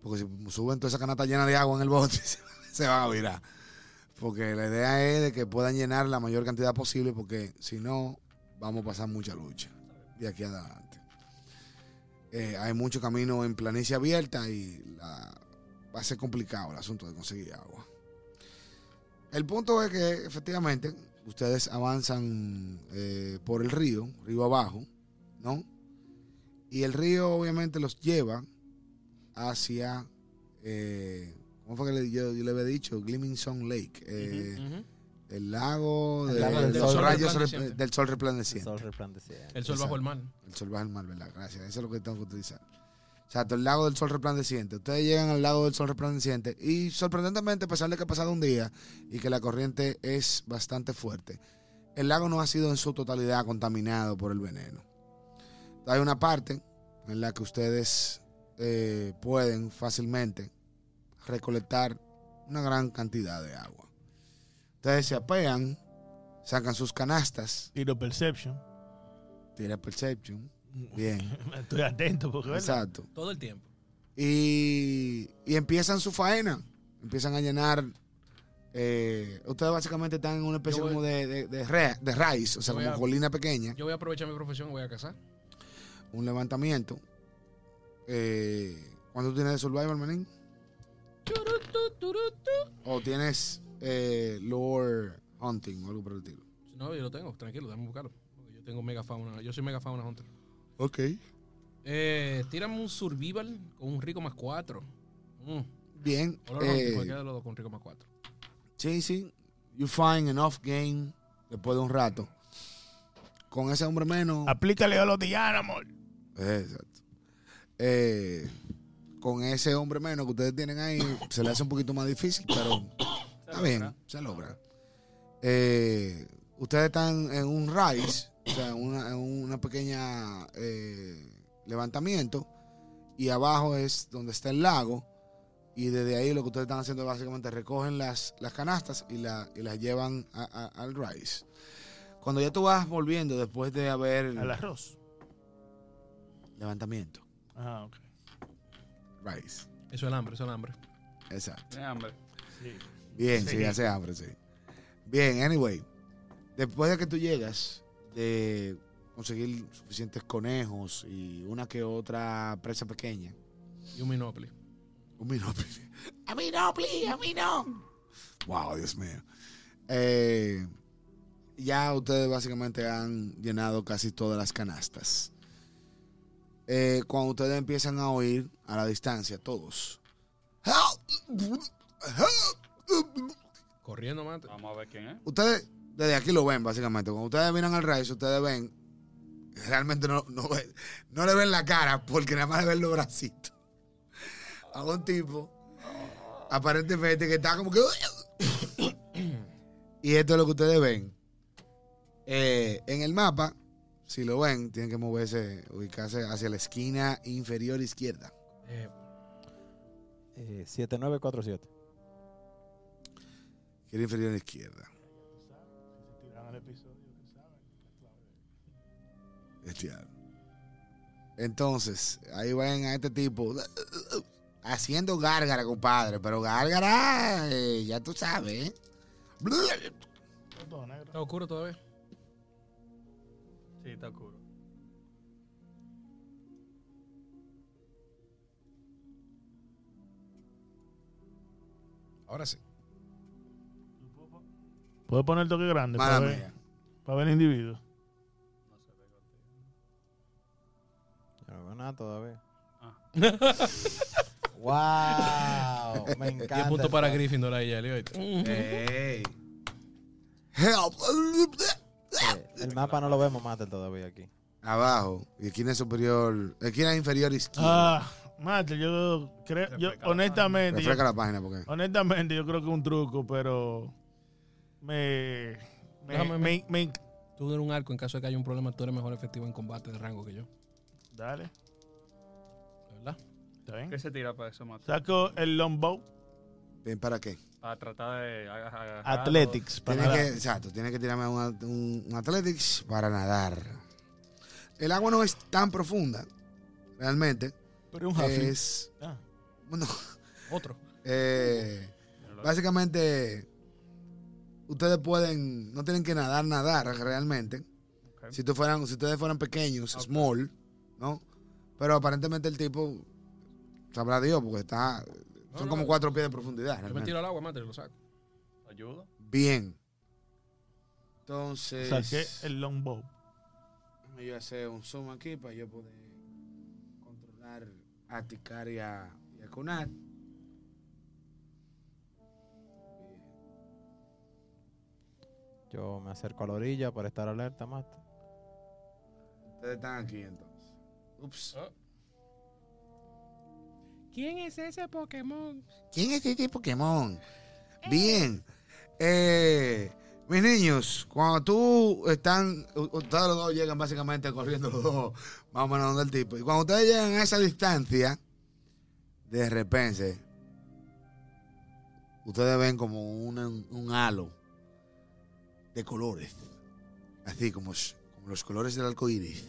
S4: Porque si suben toda esa canasta llena de agua en el bote, se- se van a virar. Porque la idea es de que puedan llenar la mayor cantidad posible porque si no, vamos a pasar mucha lucha de aquí adelante. Eh, hay mucho camino en planicie abierta y la- va a ser complicado el asunto de conseguir agua. El punto es que efectivamente ustedes avanzan eh, por el río, río abajo, ¿no? Y el río obviamente los lleva hacia, eh, ¿cómo fue que le- yo, yo le había dicho? Glimming Sun Lake, eh, el lago,
S1: El
S4: de-
S1: lago del
S4: de
S1: sol
S4: los rayos
S3: resplandeciente.
S4: repl- del sol resplandeciente.
S1: Sol resplandeciente.
S3: El sol bajo el mar.
S4: El sol baja el mar, ¿verdad? Gracias. Eso es lo que tengo que utilizar. Exacto, el lago del sol resplandeciente. Ustedes llegan al lago del sol resplandeciente y sorprendentemente, a pesar de que ha pasado un día y que la corriente es bastante fuerte, el lago no ha sido en su totalidad contaminado por el veneno. Hay una parte en la que ustedes eh, pueden fácilmente recolectar una gran cantidad de agua. Ustedes se apean, sacan sus canastas,
S6: Tiro Perception.
S4: tira Perception. Bien.
S6: Estoy atento porque ¿verdad?
S4: Exacto.
S3: Todo el tiempo.
S4: Y, y empiezan su faena. Empiezan a llenar. eh, ustedes básicamente están en una especie
S3: Yo voy-
S4: como de, de, de ra- de raíz, o sea,
S3: Yo voy
S4: como
S3: a-
S4: colina pequeña,
S3: Yo voy a aprovechar mi profesión y voy a casar.
S4: un levantamiento. Eh, ¿Cuánto tú tienes de survival, manín? ¿O tienes eh, lore hunting o algo por el estilo?
S3: No, yo lo tengo, tranquilo, déjame buscarlo. Porque Yo tengo mega fauna, yo soy mega fauna hunter.
S4: Ok.
S3: Eh, tírame un survival con un rico más cuatro. Mm.
S4: Bien.
S3: O lo
S4: eh,
S3: rompe, cualquiera de los dos con rico más cuatro.
S4: sí, sí. You find enough game después de un rato. Con ese hombre menos.
S6: Aplícale a los dianos, amor.
S4: Exacto. Eh, con ese hombre menos que ustedes tienen ahí, se le hace un poquito más difícil, pero está bien, se logra. Eh, ustedes están en un rise, o sea, en una, en una pequeña eh, levantamiento, y abajo es donde está el lago, y desde ahí lo que ustedes están haciendo es básicamente recogen las, las canastas y, la- y las llevan a- a- al rise. Cuando ya tú vas volviendo después de haber
S6: Al arroz.
S4: levantamiento,
S6: Ah, ok.
S4: rise,
S3: Eso es el hambre, eso es el hambre.
S4: exacto.
S2: Tiene hambre.
S6: Sí.
S4: Bien, sí,
S6: Sí.
S4: ya se abre, sí. Bien, anyway. Después de que tú llegas de conseguir suficientes conejos y una que otra presa pequeña,
S3: Y un Monopoly.
S4: un minopli. ¡A mí no, please! ¡A mí no! ¡Wow, Dios mío! Eh, ya ustedes básicamente han llenado casi todas las canastas. Eh, cuando ustedes empiezan a oír a la distancia, todos. ¡Help! ¡Help!
S3: Corriendo, mate.
S2: Vamos a ver quién es.
S4: ustedes desde aquí lo ven básicamente. Cuando ustedes miran al Rice, ustedes ven, realmente no, no, ve- no le ven la cara porque nada más le ven los bracitos. A un tipo, aparentemente, que está como que... y esto es lo que ustedes ven. Eh, en el mapa, si lo ven, tienen que moverse, ubicarse hacia la esquina inferior izquierda.
S3: Eh,
S1: Eh, 7947.
S4: Que era inferior izquierda. Este árbol. Entonces, ahí ven a este tipo uh, haciendo gárgara, compadre, pero gárgara, eh, ya tú sabes. ¿eh?
S3: está oscuro todavía.
S2: Sí, está oscuro.
S3: Ahora sí.
S6: ¿Puedo poner el toque grande
S4: Mala
S6: para ver,
S4: mía.
S6: para ver el individuo?
S1: Yo no veo nada todavía.
S2: Ah.
S1: ¡Wow! Me
S3: 10
S1: encanta.
S3: puntos para Gryffindor ahí, Mm. Yali. oíste.
S4: Help.
S1: Eh, El mapa no lo vemos más todavía aquí.
S4: Abajo, y esquina superior, esquina inferior izquierda.
S6: Ah, mate, yo creo, yo,
S2: Refresca la
S6: honestamente, yo,
S4: Refresca la página porque.
S6: Ah. honestamente, yo creo que es un truco, pero me, me,
S3: Déjame-
S6: me- me-
S3: Tú eres un arco en caso de que haya un problema, tú eres mejor efectivo en combate de rango que yo.
S6: dale,
S3: ¿Verdad?
S6: está bien.
S2: ¿Qué se tira para eso, Mate?
S6: Saco el longbow,
S4: Bien, ¿para qué?
S2: Para tratar de ag- agarrar
S6: athletics, para
S4: Tiene que,
S6: nada.
S4: exacto, tiene que tirarme un, at- un- un athletics para nadar. El agua no es tan profunda, realmente.
S6: pero un halfling.
S4: Es.
S6: Ah,
S4: Bueno,
S3: Otro.
S4: eh,
S2: los-
S4: Básicamente, ustedes pueden, no tienen que nadar, nadar realmente.
S2: Ok.
S4: Si, tú fueran, si ustedes fueran pequeños,
S2: Ok.
S4: small, ¿no? Pero aparentemente el tipo, sabrá Dios, porque está,
S3: No,
S4: son
S3: no,
S4: como cuatro pies de profundidad.
S3: Yo me
S4: realmente.
S3: tiro al agua, mate, y lo saco.
S2: ¿Ayudo?
S4: Bien. Entonces,
S6: saqué el longbow.
S4: déjame yo hacer un zoom aquí para yo poder controlar a Ticar y a, y a Kunal.
S1: Yo me acerco a la orilla para estar alerta, Mate.
S4: Ustedes están aquí entonces. Ups.
S3: ¿Quién es ese Pokémon?
S4: ¿Quién es este Pokémon? Bien. Eh, mis niños, cuando tú están, u- ustedes los dos llegan básicamente corriendo los dos, más o menos donde el tipo. Y cuando ustedes llegan a esa distancia, de repente, ustedes ven como una- un halo de colores. Así como, s- como los colores del arco iris.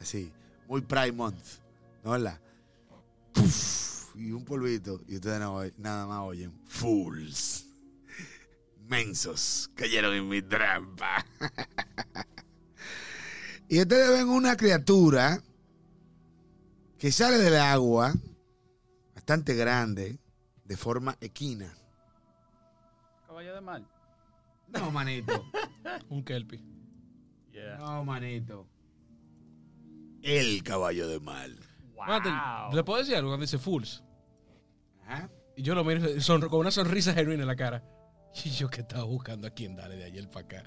S4: Así. Muy Pride Month. ¿No es verdad? Puf, y un polvito. Y ustedes no oy- nada más oyen. Fools. Mensos. Cayeron en mi trampa. y ustedes ven una criatura que sale del agua, bastante grande, de forma equina.
S2: Caballo de mal.
S4: No, manito.
S3: Un Kelpie.
S2: Yeah.
S4: No, manito. El caballo de mal.
S3: Mate, ¿le puedo decir algo? Cuando dice Fools.
S4: Ajá.
S3: Y yo lo miro y sonro- con una sonrisa genuina en la cara. Y yo que estaba buscando a quien darle de ayer para acá.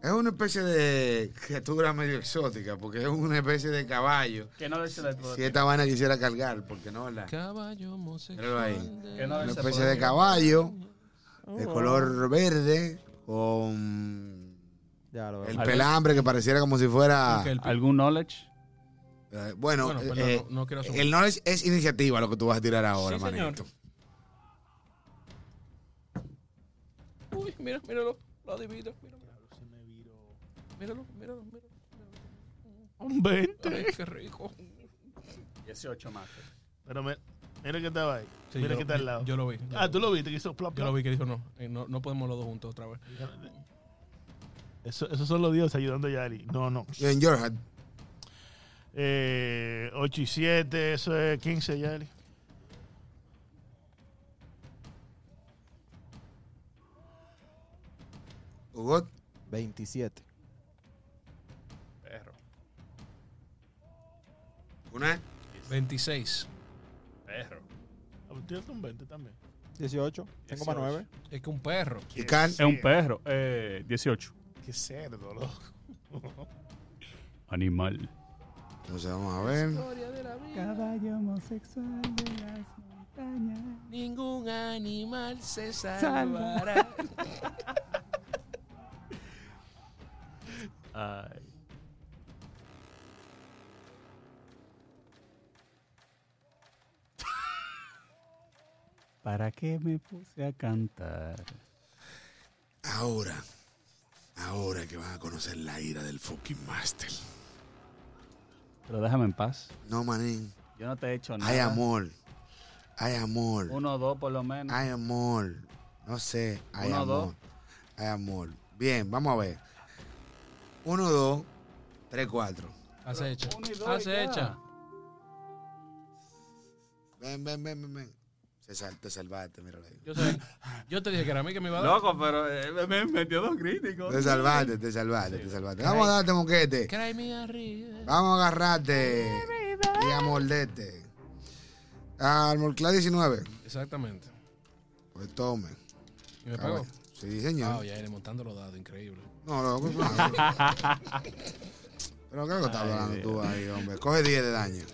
S4: Es una especie de criatura medio exótica, porque es una especie de caballo.
S2: Que no desee la
S4: Si esta vaina quisiera cargar, porque no, ¿verdad?
S3: Caballo homosexual.
S4: Míralo ahí.
S3: de-
S2: Que no
S4: Una
S2: se
S4: especie
S2: puede.
S4: de caballo de color verde con
S1: Ya lo veo.
S4: el
S2: Al-
S4: pelambre que pareciera como si fuera...
S3: Porque el pi-
S2: ¿Algún knowledge?
S4: eh, bueno,
S3: Bueno, pero
S4: eh,
S3: no, no quiero asumir.
S4: el knowledge es iniciativa lo que tú vas a tirar ahora,
S3: Sí, señor.
S4: manito.
S3: Uy, mira, míralo. Lo adivino. Míralo, míralo, míralo. míralo.
S6: Un 20.
S3: Ay, qué rico.
S2: 18 más.
S6: Pero me- mira que estaba ahí.
S3: Sí,
S6: mira
S3: yo-
S6: que está al lado.
S3: Yo lo vi. yo
S6: ah,
S3: lo
S6: tú
S3: vi.
S6: lo viste que hizo plop,
S3: Yo lo
S6: plop?
S3: vi que dijo no. eh, No, no podemos los dos juntos otra vez.
S6: Eso- esos son los dioses ayudando a Yari. No, no.
S4: Y en Georgia,
S6: Eh, 8 y 7, eso es 15, Yari.
S4: Hugo,
S1: 27.
S2: Perro.
S4: una
S3: 26.
S2: Perro.
S6: Tienes un 20 también.
S1: 18. Tengo más 9.
S3: Es que un perro.
S4: y Carl.
S2: Es un perro. Eh, 18.
S6: Qué cerdo, loco.
S2: Animal.
S4: Entonces vamos a ver.
S5: Caballo homosexual de las montañas.
S3: Ningún animal se
S5: salvará.
S2: Ay. ¿Para qué me puse a cantar?
S4: Ahora, ahora que van a conocer la ira del fucking master.
S2: Pero déjame en paz.
S4: No, manín.
S2: Yo no te he hecho nada.
S4: Hay amor. Hay amor.
S2: Uno o dos por lo menos.
S4: Hay amor. No sé. Hay
S2: Uno,
S4: amor.
S2: dos.
S4: Hay amor. Bien, vamos a ver. Uno, dos, tres, cuatro.
S3: Acecha.
S2: Uno y dos y
S3: Acecha.
S4: Ven, ven, ven, ven, ven. Se sal- te salvaste, míralo ahí.
S3: Yo, sé- yo te dije que era a mí que me iba
S2: ya.
S3: a dar.
S2: Loco, pero eh, me- me metió dos críticos.
S4: Te salvaste, te salvaste, te salvaste. Vamos a darte, moquete.
S3: Cry me a river.
S4: Vamos a agarrarte y a morderte. Al Morcla 19.
S3: Exactamente.
S4: Pues tome.
S3: ¿Y me
S4: Ah,
S3: pagó?
S4: Sí, señor.
S3: Ah, ya iré montando los dados, increíble.
S4: No, loco. no. Pero creo que estás hablando tú ahí, hombre. Coge 10 de daño.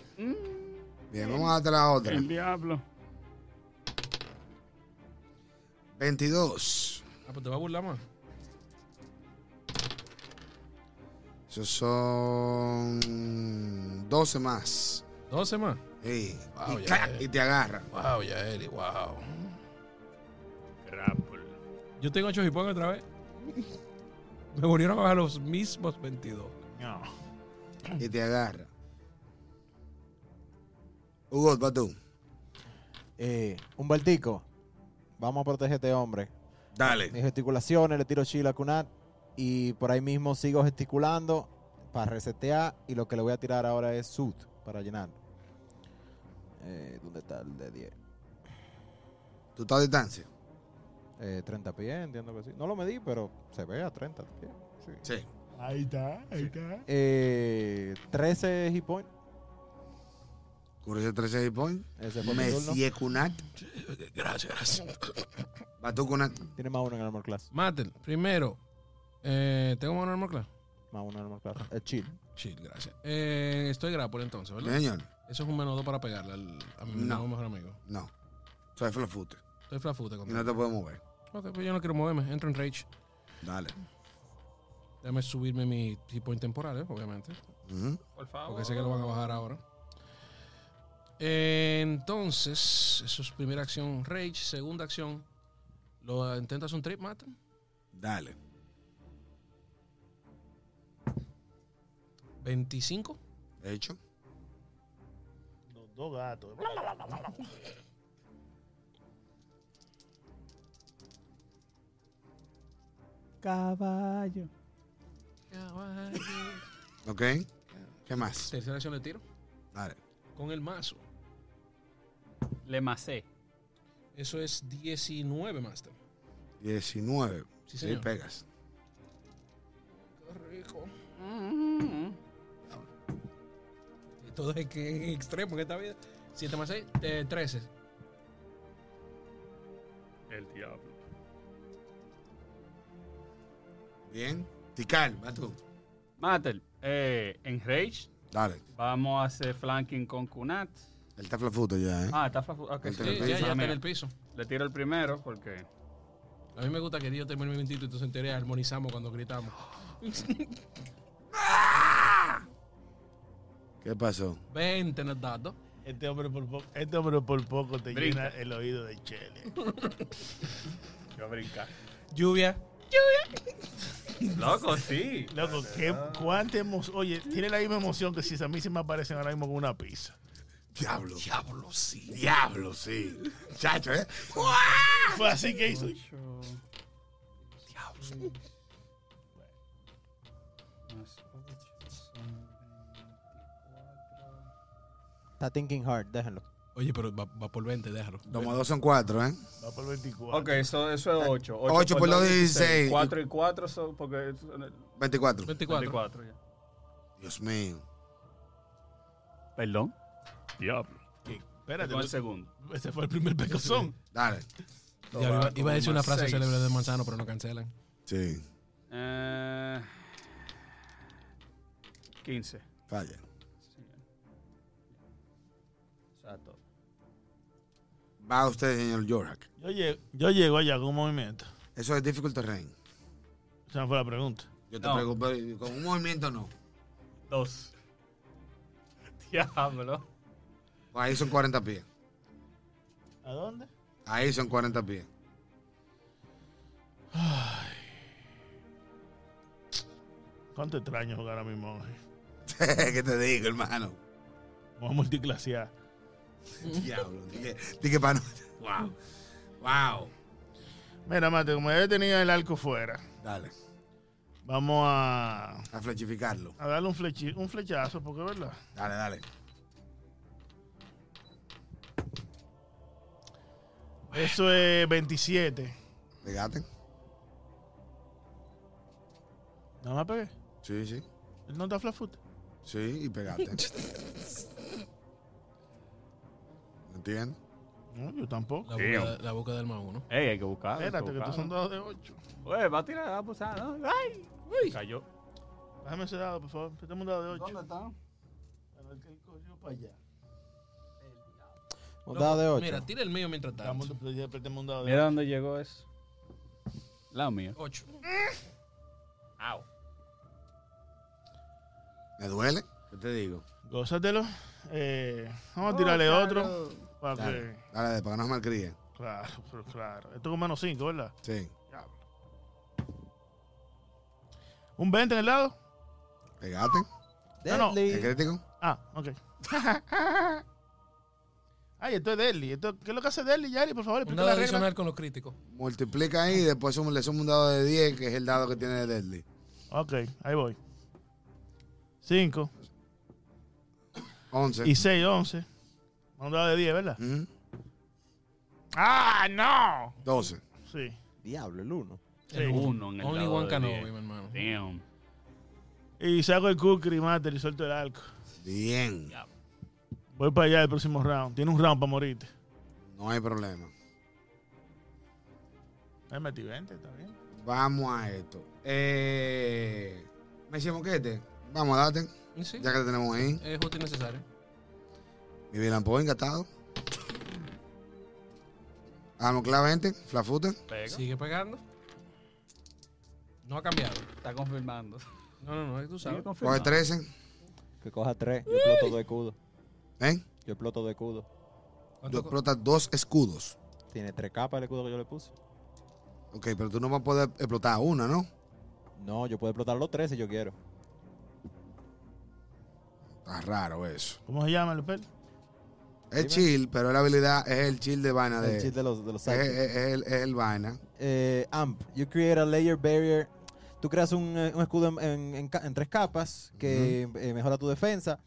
S4: Bien, vamos a darte la otra.
S2: El diablo.
S4: 22.
S3: Ah, pues te va a burlar más.
S4: Esos son 12 más.
S3: 12 más.
S4: Sí.
S3: Wow,
S4: y,
S3: ya,
S4: clac,
S3: ya.
S4: y te agarra.
S3: Wow, ya eres, wow. Yo tengo 8 hipón otra vez. Me volvieron a bajar los mismos 22.
S6: No.
S4: Y te agarra. Hugo, va tú.
S1: Eh, Humbertico, vamos a proteger a este hombre.
S4: Dale.
S1: Mis gesticulaciones, le tiro chile a Kunat y por ahí mismo sigo gesticulando para resetear y lo que le voy a tirar ahora es Sud para llenar. Eh, ¿Dónde está el de 10?
S4: ¿Tú estás a distancia?
S1: Eh, 30 pies, entiendo que sí. No lo medí, pero se ve a 30 pies. sí.
S4: Sí.
S6: Ahí está, ahí está.
S1: Eh, 13 hit point.
S4: Cubre ese 13 hit point.
S1: Ese fue mi turno.
S4: Messi Cunat.
S3: Gracias, gracias.
S4: Va tú, Cunat.
S1: Tiene más uno en el armor class.
S3: Maten, primero. Eh, ¿Tengo mano armor class?
S1: Más uno en el armor class. El chill.
S3: Shit, gracias. Eh, estoy grapple entonces, ¿verdad?
S4: Señor.
S3: Eso es un menudo para pegarle al, a mi
S4: Eh. No.
S3: nuevo mejor amigo.
S4: No. Soy flafute.
S3: Estoy flafute
S4: Y
S3: contigo.
S4: no te puedo mover.
S3: Ok, pues yo no quiero moverme. Entro en rage.
S4: Dale.
S3: Déjame subirme mi hit point temporal, ¿eh? obviamente.
S4: Ujú.
S2: Por favor.
S3: Porque sé que lo van a bajar ahora. Eh, Entonces, eso es primera acción, Rage. Segunda acción, lo intentas un trip, mata.
S4: Dale.
S3: 25.
S4: Hecho.
S6: Los dos gatos.
S5: Caballo.
S3: Ah,
S4: Ok. ¿Qué más?
S3: Tercera acción de tiro
S4: Dale.
S3: con el mazo.
S2: Le macé.
S3: Eso es 19, Master.
S4: 19.
S3: Sí,
S4: Sí,
S3: señor.
S4: pegas.
S3: Qué rico. eh, Todo es que es extremo en esta vida. 7 más 6, 13.
S2: el diablo.
S4: Bien. Tical, va tú.
S2: Matel, eh, en Rage
S4: Dale.
S2: vamos a hacer flanking con Kunat.
S4: Él está flafuto ya, ¿eh?
S2: Ah, está Fafu. ok,
S4: El
S2: sí,
S3: Sí,
S4: piso.
S3: ya,
S2: ah,
S3: ya está en
S2: mira,
S3: el piso.
S2: Le tiro el primero porque.
S3: A mí me gusta que yo termine mi mentito y entonces en teoría armonizamos cuando gritamos.
S4: ¿Qué pasó?
S3: 20 en el dado.
S6: Este hombre por poco, este hombre por poco te
S2: Brinca.
S6: llena el oído de chele.
S2: Yo brincar.
S3: Lluvia.
S2: Loco, sí.
S6: Loco, qué, cuánta emoción. Oye, tiene la misma emoción que si a mí se me aparecen ahora mismo con una pizza.
S4: Diablo. Diablo, sí. Diablo, sí. Chacho, ¿eh? ¡Guau!
S6: Fue así que hizo.
S1: Está thinking hard, déjenlo.
S3: Oye, pero va, va por 20, déjalo.
S4: Dos más dos son cuatro, ¿eh?
S6: Va por 24.
S2: Ok, eso, eso es 8.
S4: Ocho por dos, dieciséis.
S2: 4 y 4 son. Porque. es-
S4: 24.
S3: 24.
S2: 24 ya.
S4: Dios mío.
S2: Perdón. Diablo.
S6: ¿Qué?
S2: Con
S6: Espérate,
S2: el
S6: no-
S2: segundo.
S6: ese fue el primer pecozón.
S4: Dale.
S3: Ya, iba, iba a decir una frase
S2: Seis.
S3: célebre de Manzano, pero no cancelan.
S4: Sí.
S2: Eh, 15.
S4: Falla.
S2: Exacto.
S4: Va usted, señor Jorak.
S6: Yo, lle- yo llego allá con un movimiento.
S4: Eso es difficult terrain.
S6: Esa no fue la pregunta.
S4: Yo te
S2: No.
S4: pregunto, pero con un movimiento no.
S2: 2. Diablo.
S4: Pues Ahí son 40 pies.
S6: ¿A dónde?
S4: Ahí son 40 pies.
S6: ¿Cuánto extraño jugar a mi monje?
S4: ¿Qué te digo, hermano?
S6: Vamos a multiclasear.
S4: Diablo. Dije, dije para Wow. Wow.
S6: Mira, mate, como ya tenía el arco fuera,
S4: Dale.
S6: vamos a,
S4: A flechificarlo.
S6: a darle un, flechi- un flechazo, porque es verdad.
S4: Dale, dale.
S6: 27. Eso es 27.
S4: Pegate.
S6: Nada más pegué.
S4: Sí, sí.
S6: Él no está flafuta.
S4: Sí, y pegate. ¿Entiendes?
S6: No, yo tampoco.
S3: La boca, la boca del más uno.
S2: Ey, hay que buscar.
S6: Espérate, que estos son dados de 8.
S2: Uy, va a tirar, va a pulsar, ¿no? ¡Ay! Uy. Cayó.
S6: Déjame ese dado, por favor. Préstame un dado de 8.
S2: está?
S6: para allá.
S1: Un dado de 8.
S3: Mira, tira el mío mientras
S6: Dame
S3: tanto.
S6: un- préstame un dado de
S2: Mira
S6: 8.
S2: dónde llegó eso. La mía.
S3: 8.
S2: Au.
S4: ¿Me duele? ¿Qué te digo?
S6: Gózatelo. Eh, vamos a tirarle otro. Para
S4: Dale,
S6: que.
S4: dale, para que no se malcríe.
S6: Claro, pero claro. Esto con menos 5, ¿verdad?
S4: Sí,
S6: ¿Un 20 en el lado?
S4: pegate.
S6: No, no.
S1: Deadly.
S4: ¿Es crítico?
S6: Ah, ok. Ay, esto es Deli. Esto, ¿Qué es lo que hace Deli, Yari? Por favor,
S3: Un
S6: explica
S3: dado
S6: la regla.
S3: adicional con los críticos.
S4: Multiplica ahí y después suma- le suma un dado de 10, que es el dado que tiene Deadly.
S6: Ok, ahí voy. 5
S4: 11.
S6: y 6, 11. Un dado de 10, ¿verdad?
S4: Ujú.
S6: ¡Ah, no!
S4: 12.
S6: Sí.
S1: Diablo, el 1.
S6: sí.
S2: Uno en el
S3: Only
S2: lado
S3: one
S2: de
S3: Kenobi,
S2: diez.
S3: mi hermano.
S2: Damn.
S6: Y saco el cookie, mate, y suelto el arco.
S4: Bien.
S6: Voy para allá el próximo round. Tiene un round para morirte.
S4: No hay problema.
S6: Ahí metí 20, está bien.
S4: Vamos a esto. Eh, me decía Moquete, vamos a darte,
S3: Y Sí,
S4: ya que te tenemos ahí.
S3: es justo y necesario.
S4: Mi Vilampo encantado. Vamos, claramente, flafuta.
S2: Pega.
S3: Sigue pegando. No ha cambiado.
S2: Está confirmando.
S3: No, no, no, tú sabes.
S2: Sigue
S4: Coge
S2: confirmando.
S4: 13.
S1: Que coja 3. Yo exploto dos escudos.
S4: ¿Eh?
S1: Yo exploto dos escudos.
S4: Yo
S3: ¿Cuánto co-
S4: explota dos escudos.
S1: Tiene tres capas el escudo que yo le puse.
S4: Ok, pero tú no vas a poder explotar una, ¿no?
S1: No, yo puedo explotar los tres si yo quiero.
S4: Está raro eso.
S6: ¿Cómo se llama el pel?
S4: Es chill, pero la habilidad es el chill de vaina de.
S1: El chip de los, de los
S4: es, es-
S1: sidekicks.
S4: es el, es el vaina.
S1: eh, amp. You create a layer barrier. Tú creas un, eh, un escudo en, en- en ca- en tres capas que eh, mejora tu defensa.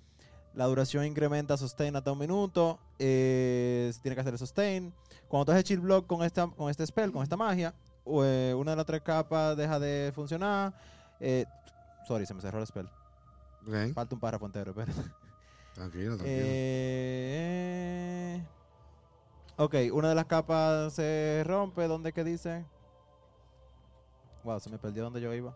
S1: La duración incrementa sustain hasta un minuto. Eh, tiene que hacer el sustain. Cuando tú haces chill block con, esta, con este spell, con esta magia, o, eh, una de las tres capas deja de funcionar. Eh, sorry, se me cerró el spell.
S4: Ok,
S1: Falta un párrafo entero, espérate.
S4: tranquilo, tranquilo.
S1: Eh, Ok, una de las capas se rompe. ¿Dónde que dice? Wow, se me perdió donde yo iba.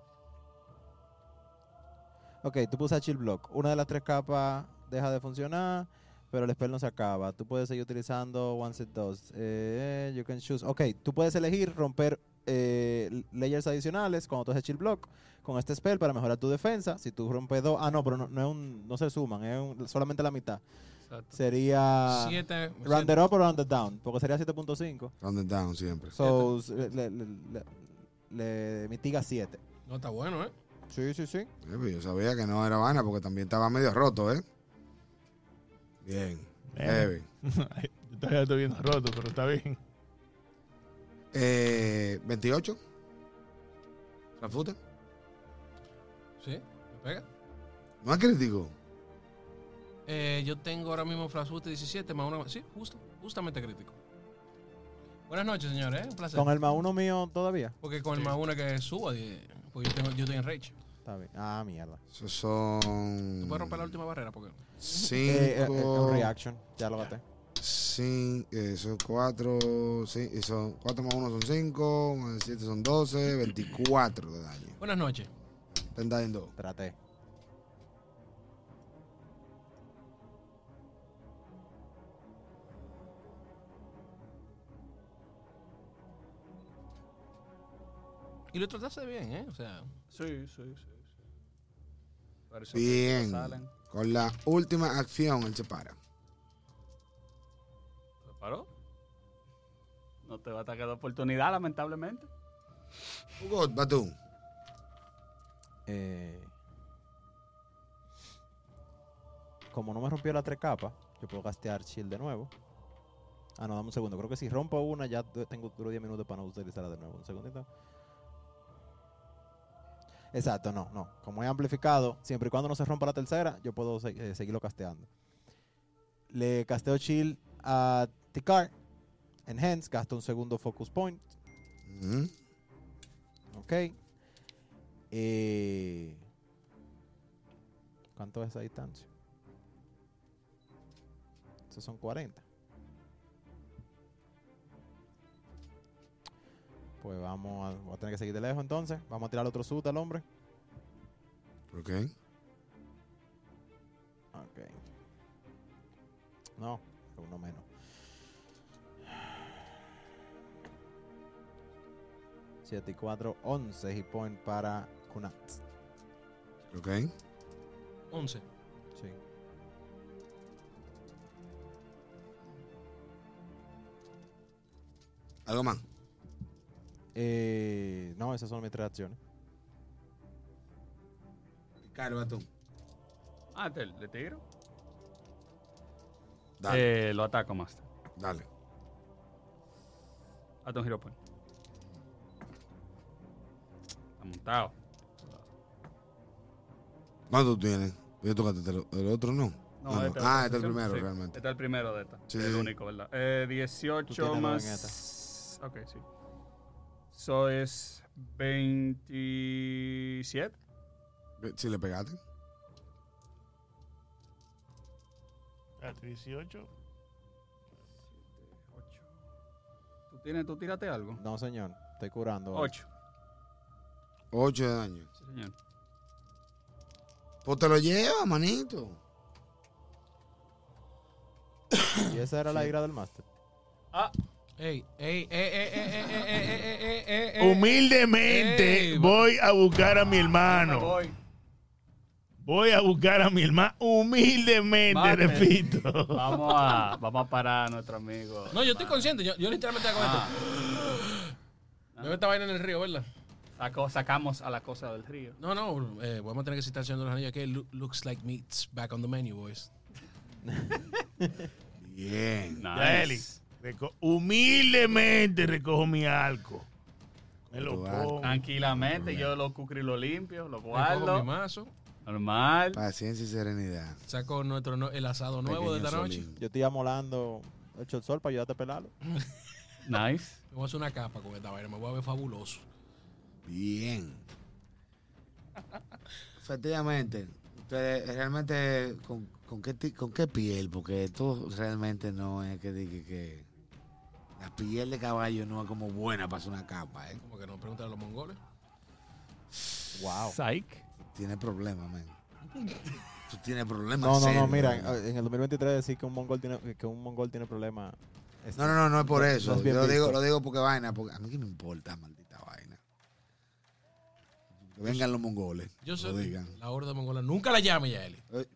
S1: Ok, tú puse Chill Block. Una de las tres capas deja de funcionar, pero el spell no se acaba. Tú puedes seguir utilizando Once It Does. Eh, you can choose. Ok, tú puedes elegir romper eh, layers adicionales cuando tú haces Chill Block con este spell para mejorar tu defensa. Si tú rompes dos. Ah, no, pero no, no, es un- no se suman, es un- solamente la mitad.
S2: Exacto.
S1: Sería.
S3: Siete.
S1: Round it up o round it down, porque sería 7.5.
S4: Round and down siempre.
S1: So, le, le- le- le- le mitiga 7.
S3: No, está bueno, ¿eh?
S1: Sí, sí, sí.
S4: Eh, pues yo sabía que no era vaina porque también estaba medio roto, ¿eh? Bien.
S6: Bueno.
S4: Heavy.
S6: Yo todavía estoy viendo roto, pero está bien.
S4: Eh, 28. Rafuta.
S3: Sí, me pega.
S4: No es crítico.
S3: Eh, yo tengo ahora mismo Flashboot 17 más uno. Sí, justo, justamente crítico. Buenas noches, señores. ¿eh? Un placer.
S1: Con el más uno mío todavía.
S3: Porque con el más uno que suba, die- porque yo tengo, yo tengo Rage.
S1: Está bien. Ah, mierda.
S4: Esos son.
S1: Mm.
S3: Tú puedes romper la última barrera porque.
S1: Eh, eh, eh, un
S4: 5.
S1: reaction. Ya lo maté.
S4: Sí, son 4, sí, y son 4 más 1 son 5, más 7 son 12, 24 de daño.
S3: Buenas noches.
S4: Están dando.
S1: Traté.
S3: Y lo trataste bien, ¿eh? O sea,
S2: Sí, sí, sí. sí. Parece que
S4: Bien.
S2: salen.
S4: Con la última acción, él se para.
S2: ¿Se paró? No te va a atacar de oportunidad, lamentablemente.
S4: Hugo, va tú.
S1: Eh, como no me rompió las tres capas, yo puedo gastear shield de nuevo. Ah, no, dame un segundo. Creo que si rompo una, ya du- tengo duro 10 minutos para no utilizarla de nuevo. Un segundito. Exacto, no, no. Como he amplificado, siempre y cuando no se rompa la tercera, yo puedo se- eh, seguirlo casteando. Le casteo shield a Tikar. Enhance, gasto un segundo focus point.
S4: Ujú.
S1: Ok. Eh, ¿Cuánto es esa distancia? Esos son 40. Pues vamos a, voy a tener que seguir de lejos entonces. Vamos a tirar otro suit al hombre.
S4: Ok.
S1: Ok. No, uno menos. Siete y 4, 11 hit point para Kunat.
S4: Ok.
S3: 11.
S1: Sí.
S4: Algo más.
S1: Eh, no, esas son mis tres acciones.
S4: Claro, va tú.
S2: Ah, te, le tiro.
S4: Dale.
S2: Eh, lo ataco, Master.
S4: Dale.
S2: Hazte un giro, pues. Está montado.
S4: ¿Cuánto tú tienes? Yo tocaste el, el otro, no.
S2: No,
S4: ah,
S2: este-
S4: ah, este es el
S2: sí,
S4: primero,
S2: sí,
S4: realmente.
S2: Este es el primero de esta.
S4: Sí,
S2: el
S4: sí, sí.
S2: único, ¿verdad? Eh, 18
S1: tienes dos en
S2: más. Ok, sí. Eso es 27.
S4: Si le pegaste.
S6: Espérate, 18.
S2: 8. ¿Tú, tienes, tú tírate algo.
S1: No, señor. Estoy curando.
S2: 8.
S4: 8 de daño.
S2: Sí, señor.
S4: Pues te lo lleva, manito.
S1: Y esa era la ira del máster.
S2: Ah,
S3: Ey, ey, ey, ey, ey, ey, ey, ey, ey, ey, ey, ey, ey.
S6: Humildemente
S3: Ey,
S6: voy a buscar a mi
S2: me
S6: hermano.
S2: Eh, Ah, voy.
S6: Voy a buscar a mi hermano. Humildemente,
S2: Mate.
S6: repito.
S2: Vamos a, vamos a parar a nuestro amigo.
S3: No, yo estoy consciente. Yo, yo literalmente hago
S2: Ah,
S3: esto. Yo veo esta vaina en el río, ¿verdad?
S2: sacó- sacamos a la cosa del río.
S3: No, no. eh, vamos a tener que citar al Señor de los Anillos que lo- looks like meat's back on the menu, boys.
S4: Bien.
S6: Ya, Eli, reco- humildemente recojo mi alco. Me lo
S4: Tu arco.
S6: pongo.
S2: Tranquilamente, yo lo cucri lo limpio, lo
S3: Me cojo mi
S2: guardo.
S3: mazo.
S2: Normal.
S4: Paciencia y serenidad.
S3: Saco nuestro, no- el asado nuevo
S4: Pequeño
S3: de esta noche.
S4: Solín.
S1: Yo estoy amolando el short sol para ayudarte a pelarlo.
S2: Nice.
S3: Me voy a hacer una capa con esta vaina. Me voy a ver fabuloso.
S4: Bien. Efectivamente. Ustedes realmente, ¿con, con qué, ti- ¿con qué piel? Porque esto realmente no es que diga que... La piel de caballo no es como buena para hacer una capa, ¿eh?
S3: Como que no preguntan a los mongoles.
S1: Wow.
S2: Psych.
S4: Tiene problemas, men. Tú tienes problemas.
S1: No, no, no,
S4: serios,
S1: mira, eh,
S4: men.
S1: en el 2023 decir que un mongol tiene, que un mongol tiene problema. es-
S4: No, no, no, no es por
S1: No
S4: eso.
S1: es bien
S4: Yo lo digo,
S1: visto.
S4: lo digo porque vaina, porque a mí que me importa, maldita vaina. Que vengan los mongoles.
S3: Yo
S4: Lo
S3: soy
S4: digan.
S3: la horda mongola. Nunca la llame ya, Eli.
S4: Eh,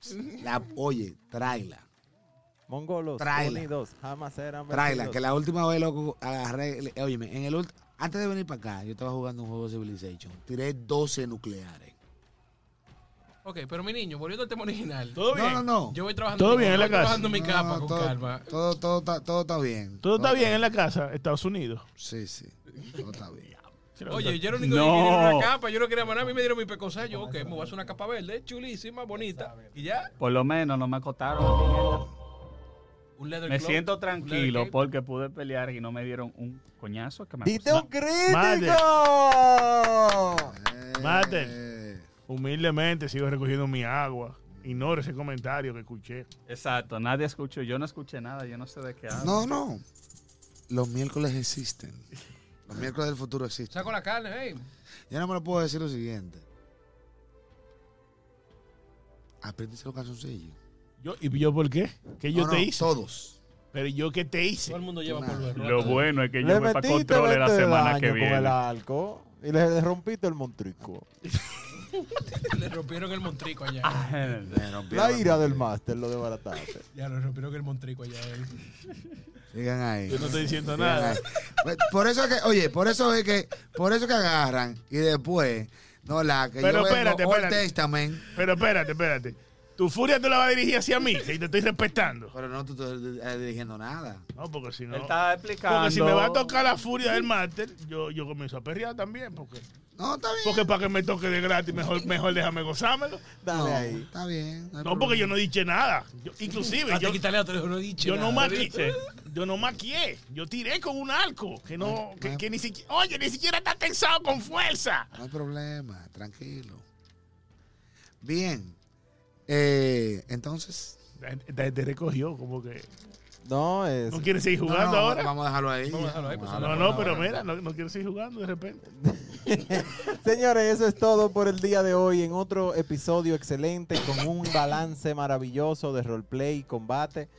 S4: la- oye, tráela.
S1: Mongolos
S4: Tráela.
S1: unidos jamás serán
S4: Tráela,
S1: vencidos.
S4: que la última vez, loco, agarré. le- Óyeme, en el ult- antes de venir para acá, yo estaba jugando un juego de Civilization. Tiré 12 nucleares.
S3: Ok, pero mi niño, volviendo al tema original.
S6: Todo bien.
S4: No, no, no.
S3: Yo voy trabajando,
S6: Todo
S3: yo
S6: bien en la
S3: voy
S6: casa.
S3: trabajando mi
S4: No,
S3: capa
S4: no,
S3: con
S4: todo,
S3: calma.
S4: Todo, todo, está- todo está bien.
S6: Todo está bien en la casa, Estados Unidos.
S4: Sí, sí. Todo está bien.
S3: Oye, yo era el único que
S2: No.
S3: quería una capa, yo no quería más nada, a mí me dieron mi pecosa, yo, ok, me voy a hacer una capa verde, chulísima, bonita, y ya,
S2: Por lo menos no me acotaron.
S3: un leather
S2: Me
S3: cloak,
S2: siento
S3: un leather
S2: tranquilo
S3: cape.
S2: porque pude pelear y no me dieron un coñazo que me
S1: ¡Dite un
S6: Madre.
S1: crítico!
S6: Maten.
S4: Eh,
S6: Humildemente sigo recogiendo mi agua. Ignoro ese comentario que escuché.
S2: Exacto, nadie escuchó. Yo no escuché nada, yo no sé de qué hablo.
S4: No, no. Los miércoles existen. Los miércoles del futuro existen.
S3: Saco la carne, hey.
S4: Yo no me lo puedo decir lo siguiente. Apréndese los calzoncillos.
S6: Yo, ¿Y yo por qué? ¿Qué yo
S4: No,
S6: te
S4: no,
S6: hice?
S4: Todos.
S6: Pero yo qué te
S3: Todo
S6: hice.
S3: el mundo lleva
S4: Claro.
S3: polvo de
S2: Lo
S3: rata.
S2: bueno es que yo
S1: Le
S2: voy para
S1: metiste
S2: controles la
S1: 20
S2: semana
S1: daño
S2: que
S1: con el
S2: viene.
S1: arco y le rompiste el montrico.
S3: Le rompieron el montrico
S6: Ah.
S3: allá.
S4: Me rompieron
S1: La ira del
S4: madre.
S1: máster lo desbarataste.
S3: Ya, le rompieron el montrico allá. Eli.
S4: Sigan ahí.
S6: Yo no estoy diciendo
S4: Sigan
S6: nada.
S4: ahí. Pues, Por eso es que, oye, por eso es que, por eso es que agarran y después, no la que
S6: Pero
S4: yo vengo,
S6: espérate,
S4: Old
S6: espérate.
S4: Testament,
S6: Pero espérate, espérate. Tu furia tú la vas a dirigir hacia mí, que te estoy respetando.
S4: pero no te estás eh, dirigiendo nada.
S6: No, porque si no.
S2: Él estaba explicando.
S6: Porque si me va a tocar la furia del máster, yo, yo comienzo a perrear también. Porque,
S4: No, está bien.
S6: porque para que me toque de gratis, mejor, mejor déjame gozármelo.
S1: Dale
S4: No,
S1: ahí.
S4: Está bien. hay
S6: No, porque yo no dije nada. Yo- inclusive,
S3: Hasta
S6: yo,
S3: quitarle a no he dicho
S6: yo no
S3: Ah, nada.
S6: maquié. Yo no maquié. Yo tiré con un arco. Que no, que, que ni siquiera. Oye, ni siquiera está tensado con fuerza.
S4: No hay problema, tranquilo. Bien. Eh, entonces.
S6: La gente- la gente recogió, como que.
S1: No, es.
S6: ¿No quiere seguir jugando
S4: No, no,
S6: ahora?
S4: Vamos a dejarlo ahí.
S3: Vamos a dejarlo ahí, pues,
S4: Vamos a
S6: no,
S4: dejarlo
S6: no, pero
S4: ahora.
S6: mira, no, no quiere seguir jugando de repente.
S1: Señores, eso es todo por el día de hoy en otro episodio excelente con un balance maravilloso de roleplay y combate.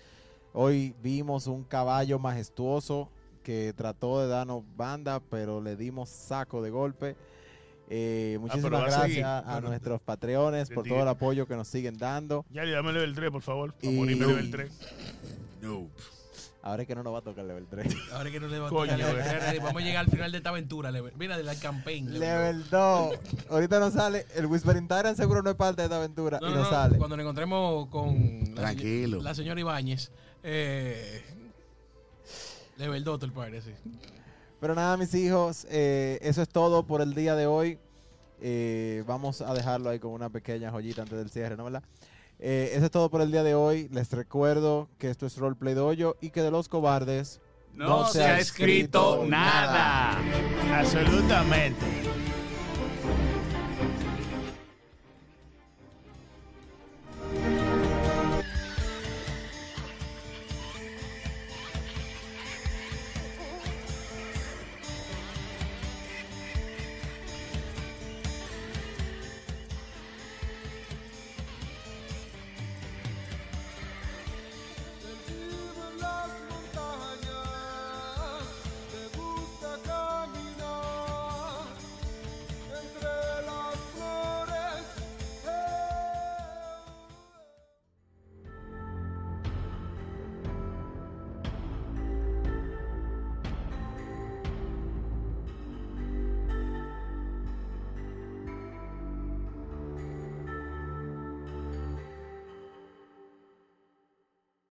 S1: Hoy vimos un caballo majestuoso que trató de darnos banda, pero le dimos saco de golpe. Eh,
S6: pero
S1: muchísimas
S6: va a
S1: gracias
S6: seguir.
S1: a
S6: Pero-
S1: nuestros patreones por
S6: Te-
S1: todo el apoyo que nos siguen dando.
S6: Ya, dame level 3, por favor. Para
S1: Y-
S6: morirme level 3.
S4: No.
S1: Ahora es que no nos va a tocar level 3.
S3: Ahora que no le va a
S6: Coño,
S3: tocar,
S6: eh.
S3: Eli, Eli, Vamos a llegar al final de esta aventura, Lever. Mira, de la campaign. Lever.
S1: level 2. Ahorita no sale. El Whispering Tyrant seguro no es parte de esta aventura.
S3: No,
S1: y
S3: no,
S1: no,
S3: no,
S1: sale.
S3: Cuando nos encontremos con la,
S4: Tranquilo.
S3: señora- la señora Ibáñez, eh, level 2 el padre, sí.
S1: Pero nada, mis hijos, eh, eso es todo por el día de hoy. Eh, vamos a dejarlo ahí con una pequeña joyita antes del cierre, ¿no verdad? Eh, eso es todo por el día de hoy. Les recuerdo que esto es Roleplay Dojo y que de los cobardes
S2: No se ha escrito nada.
S6: Absolutamente.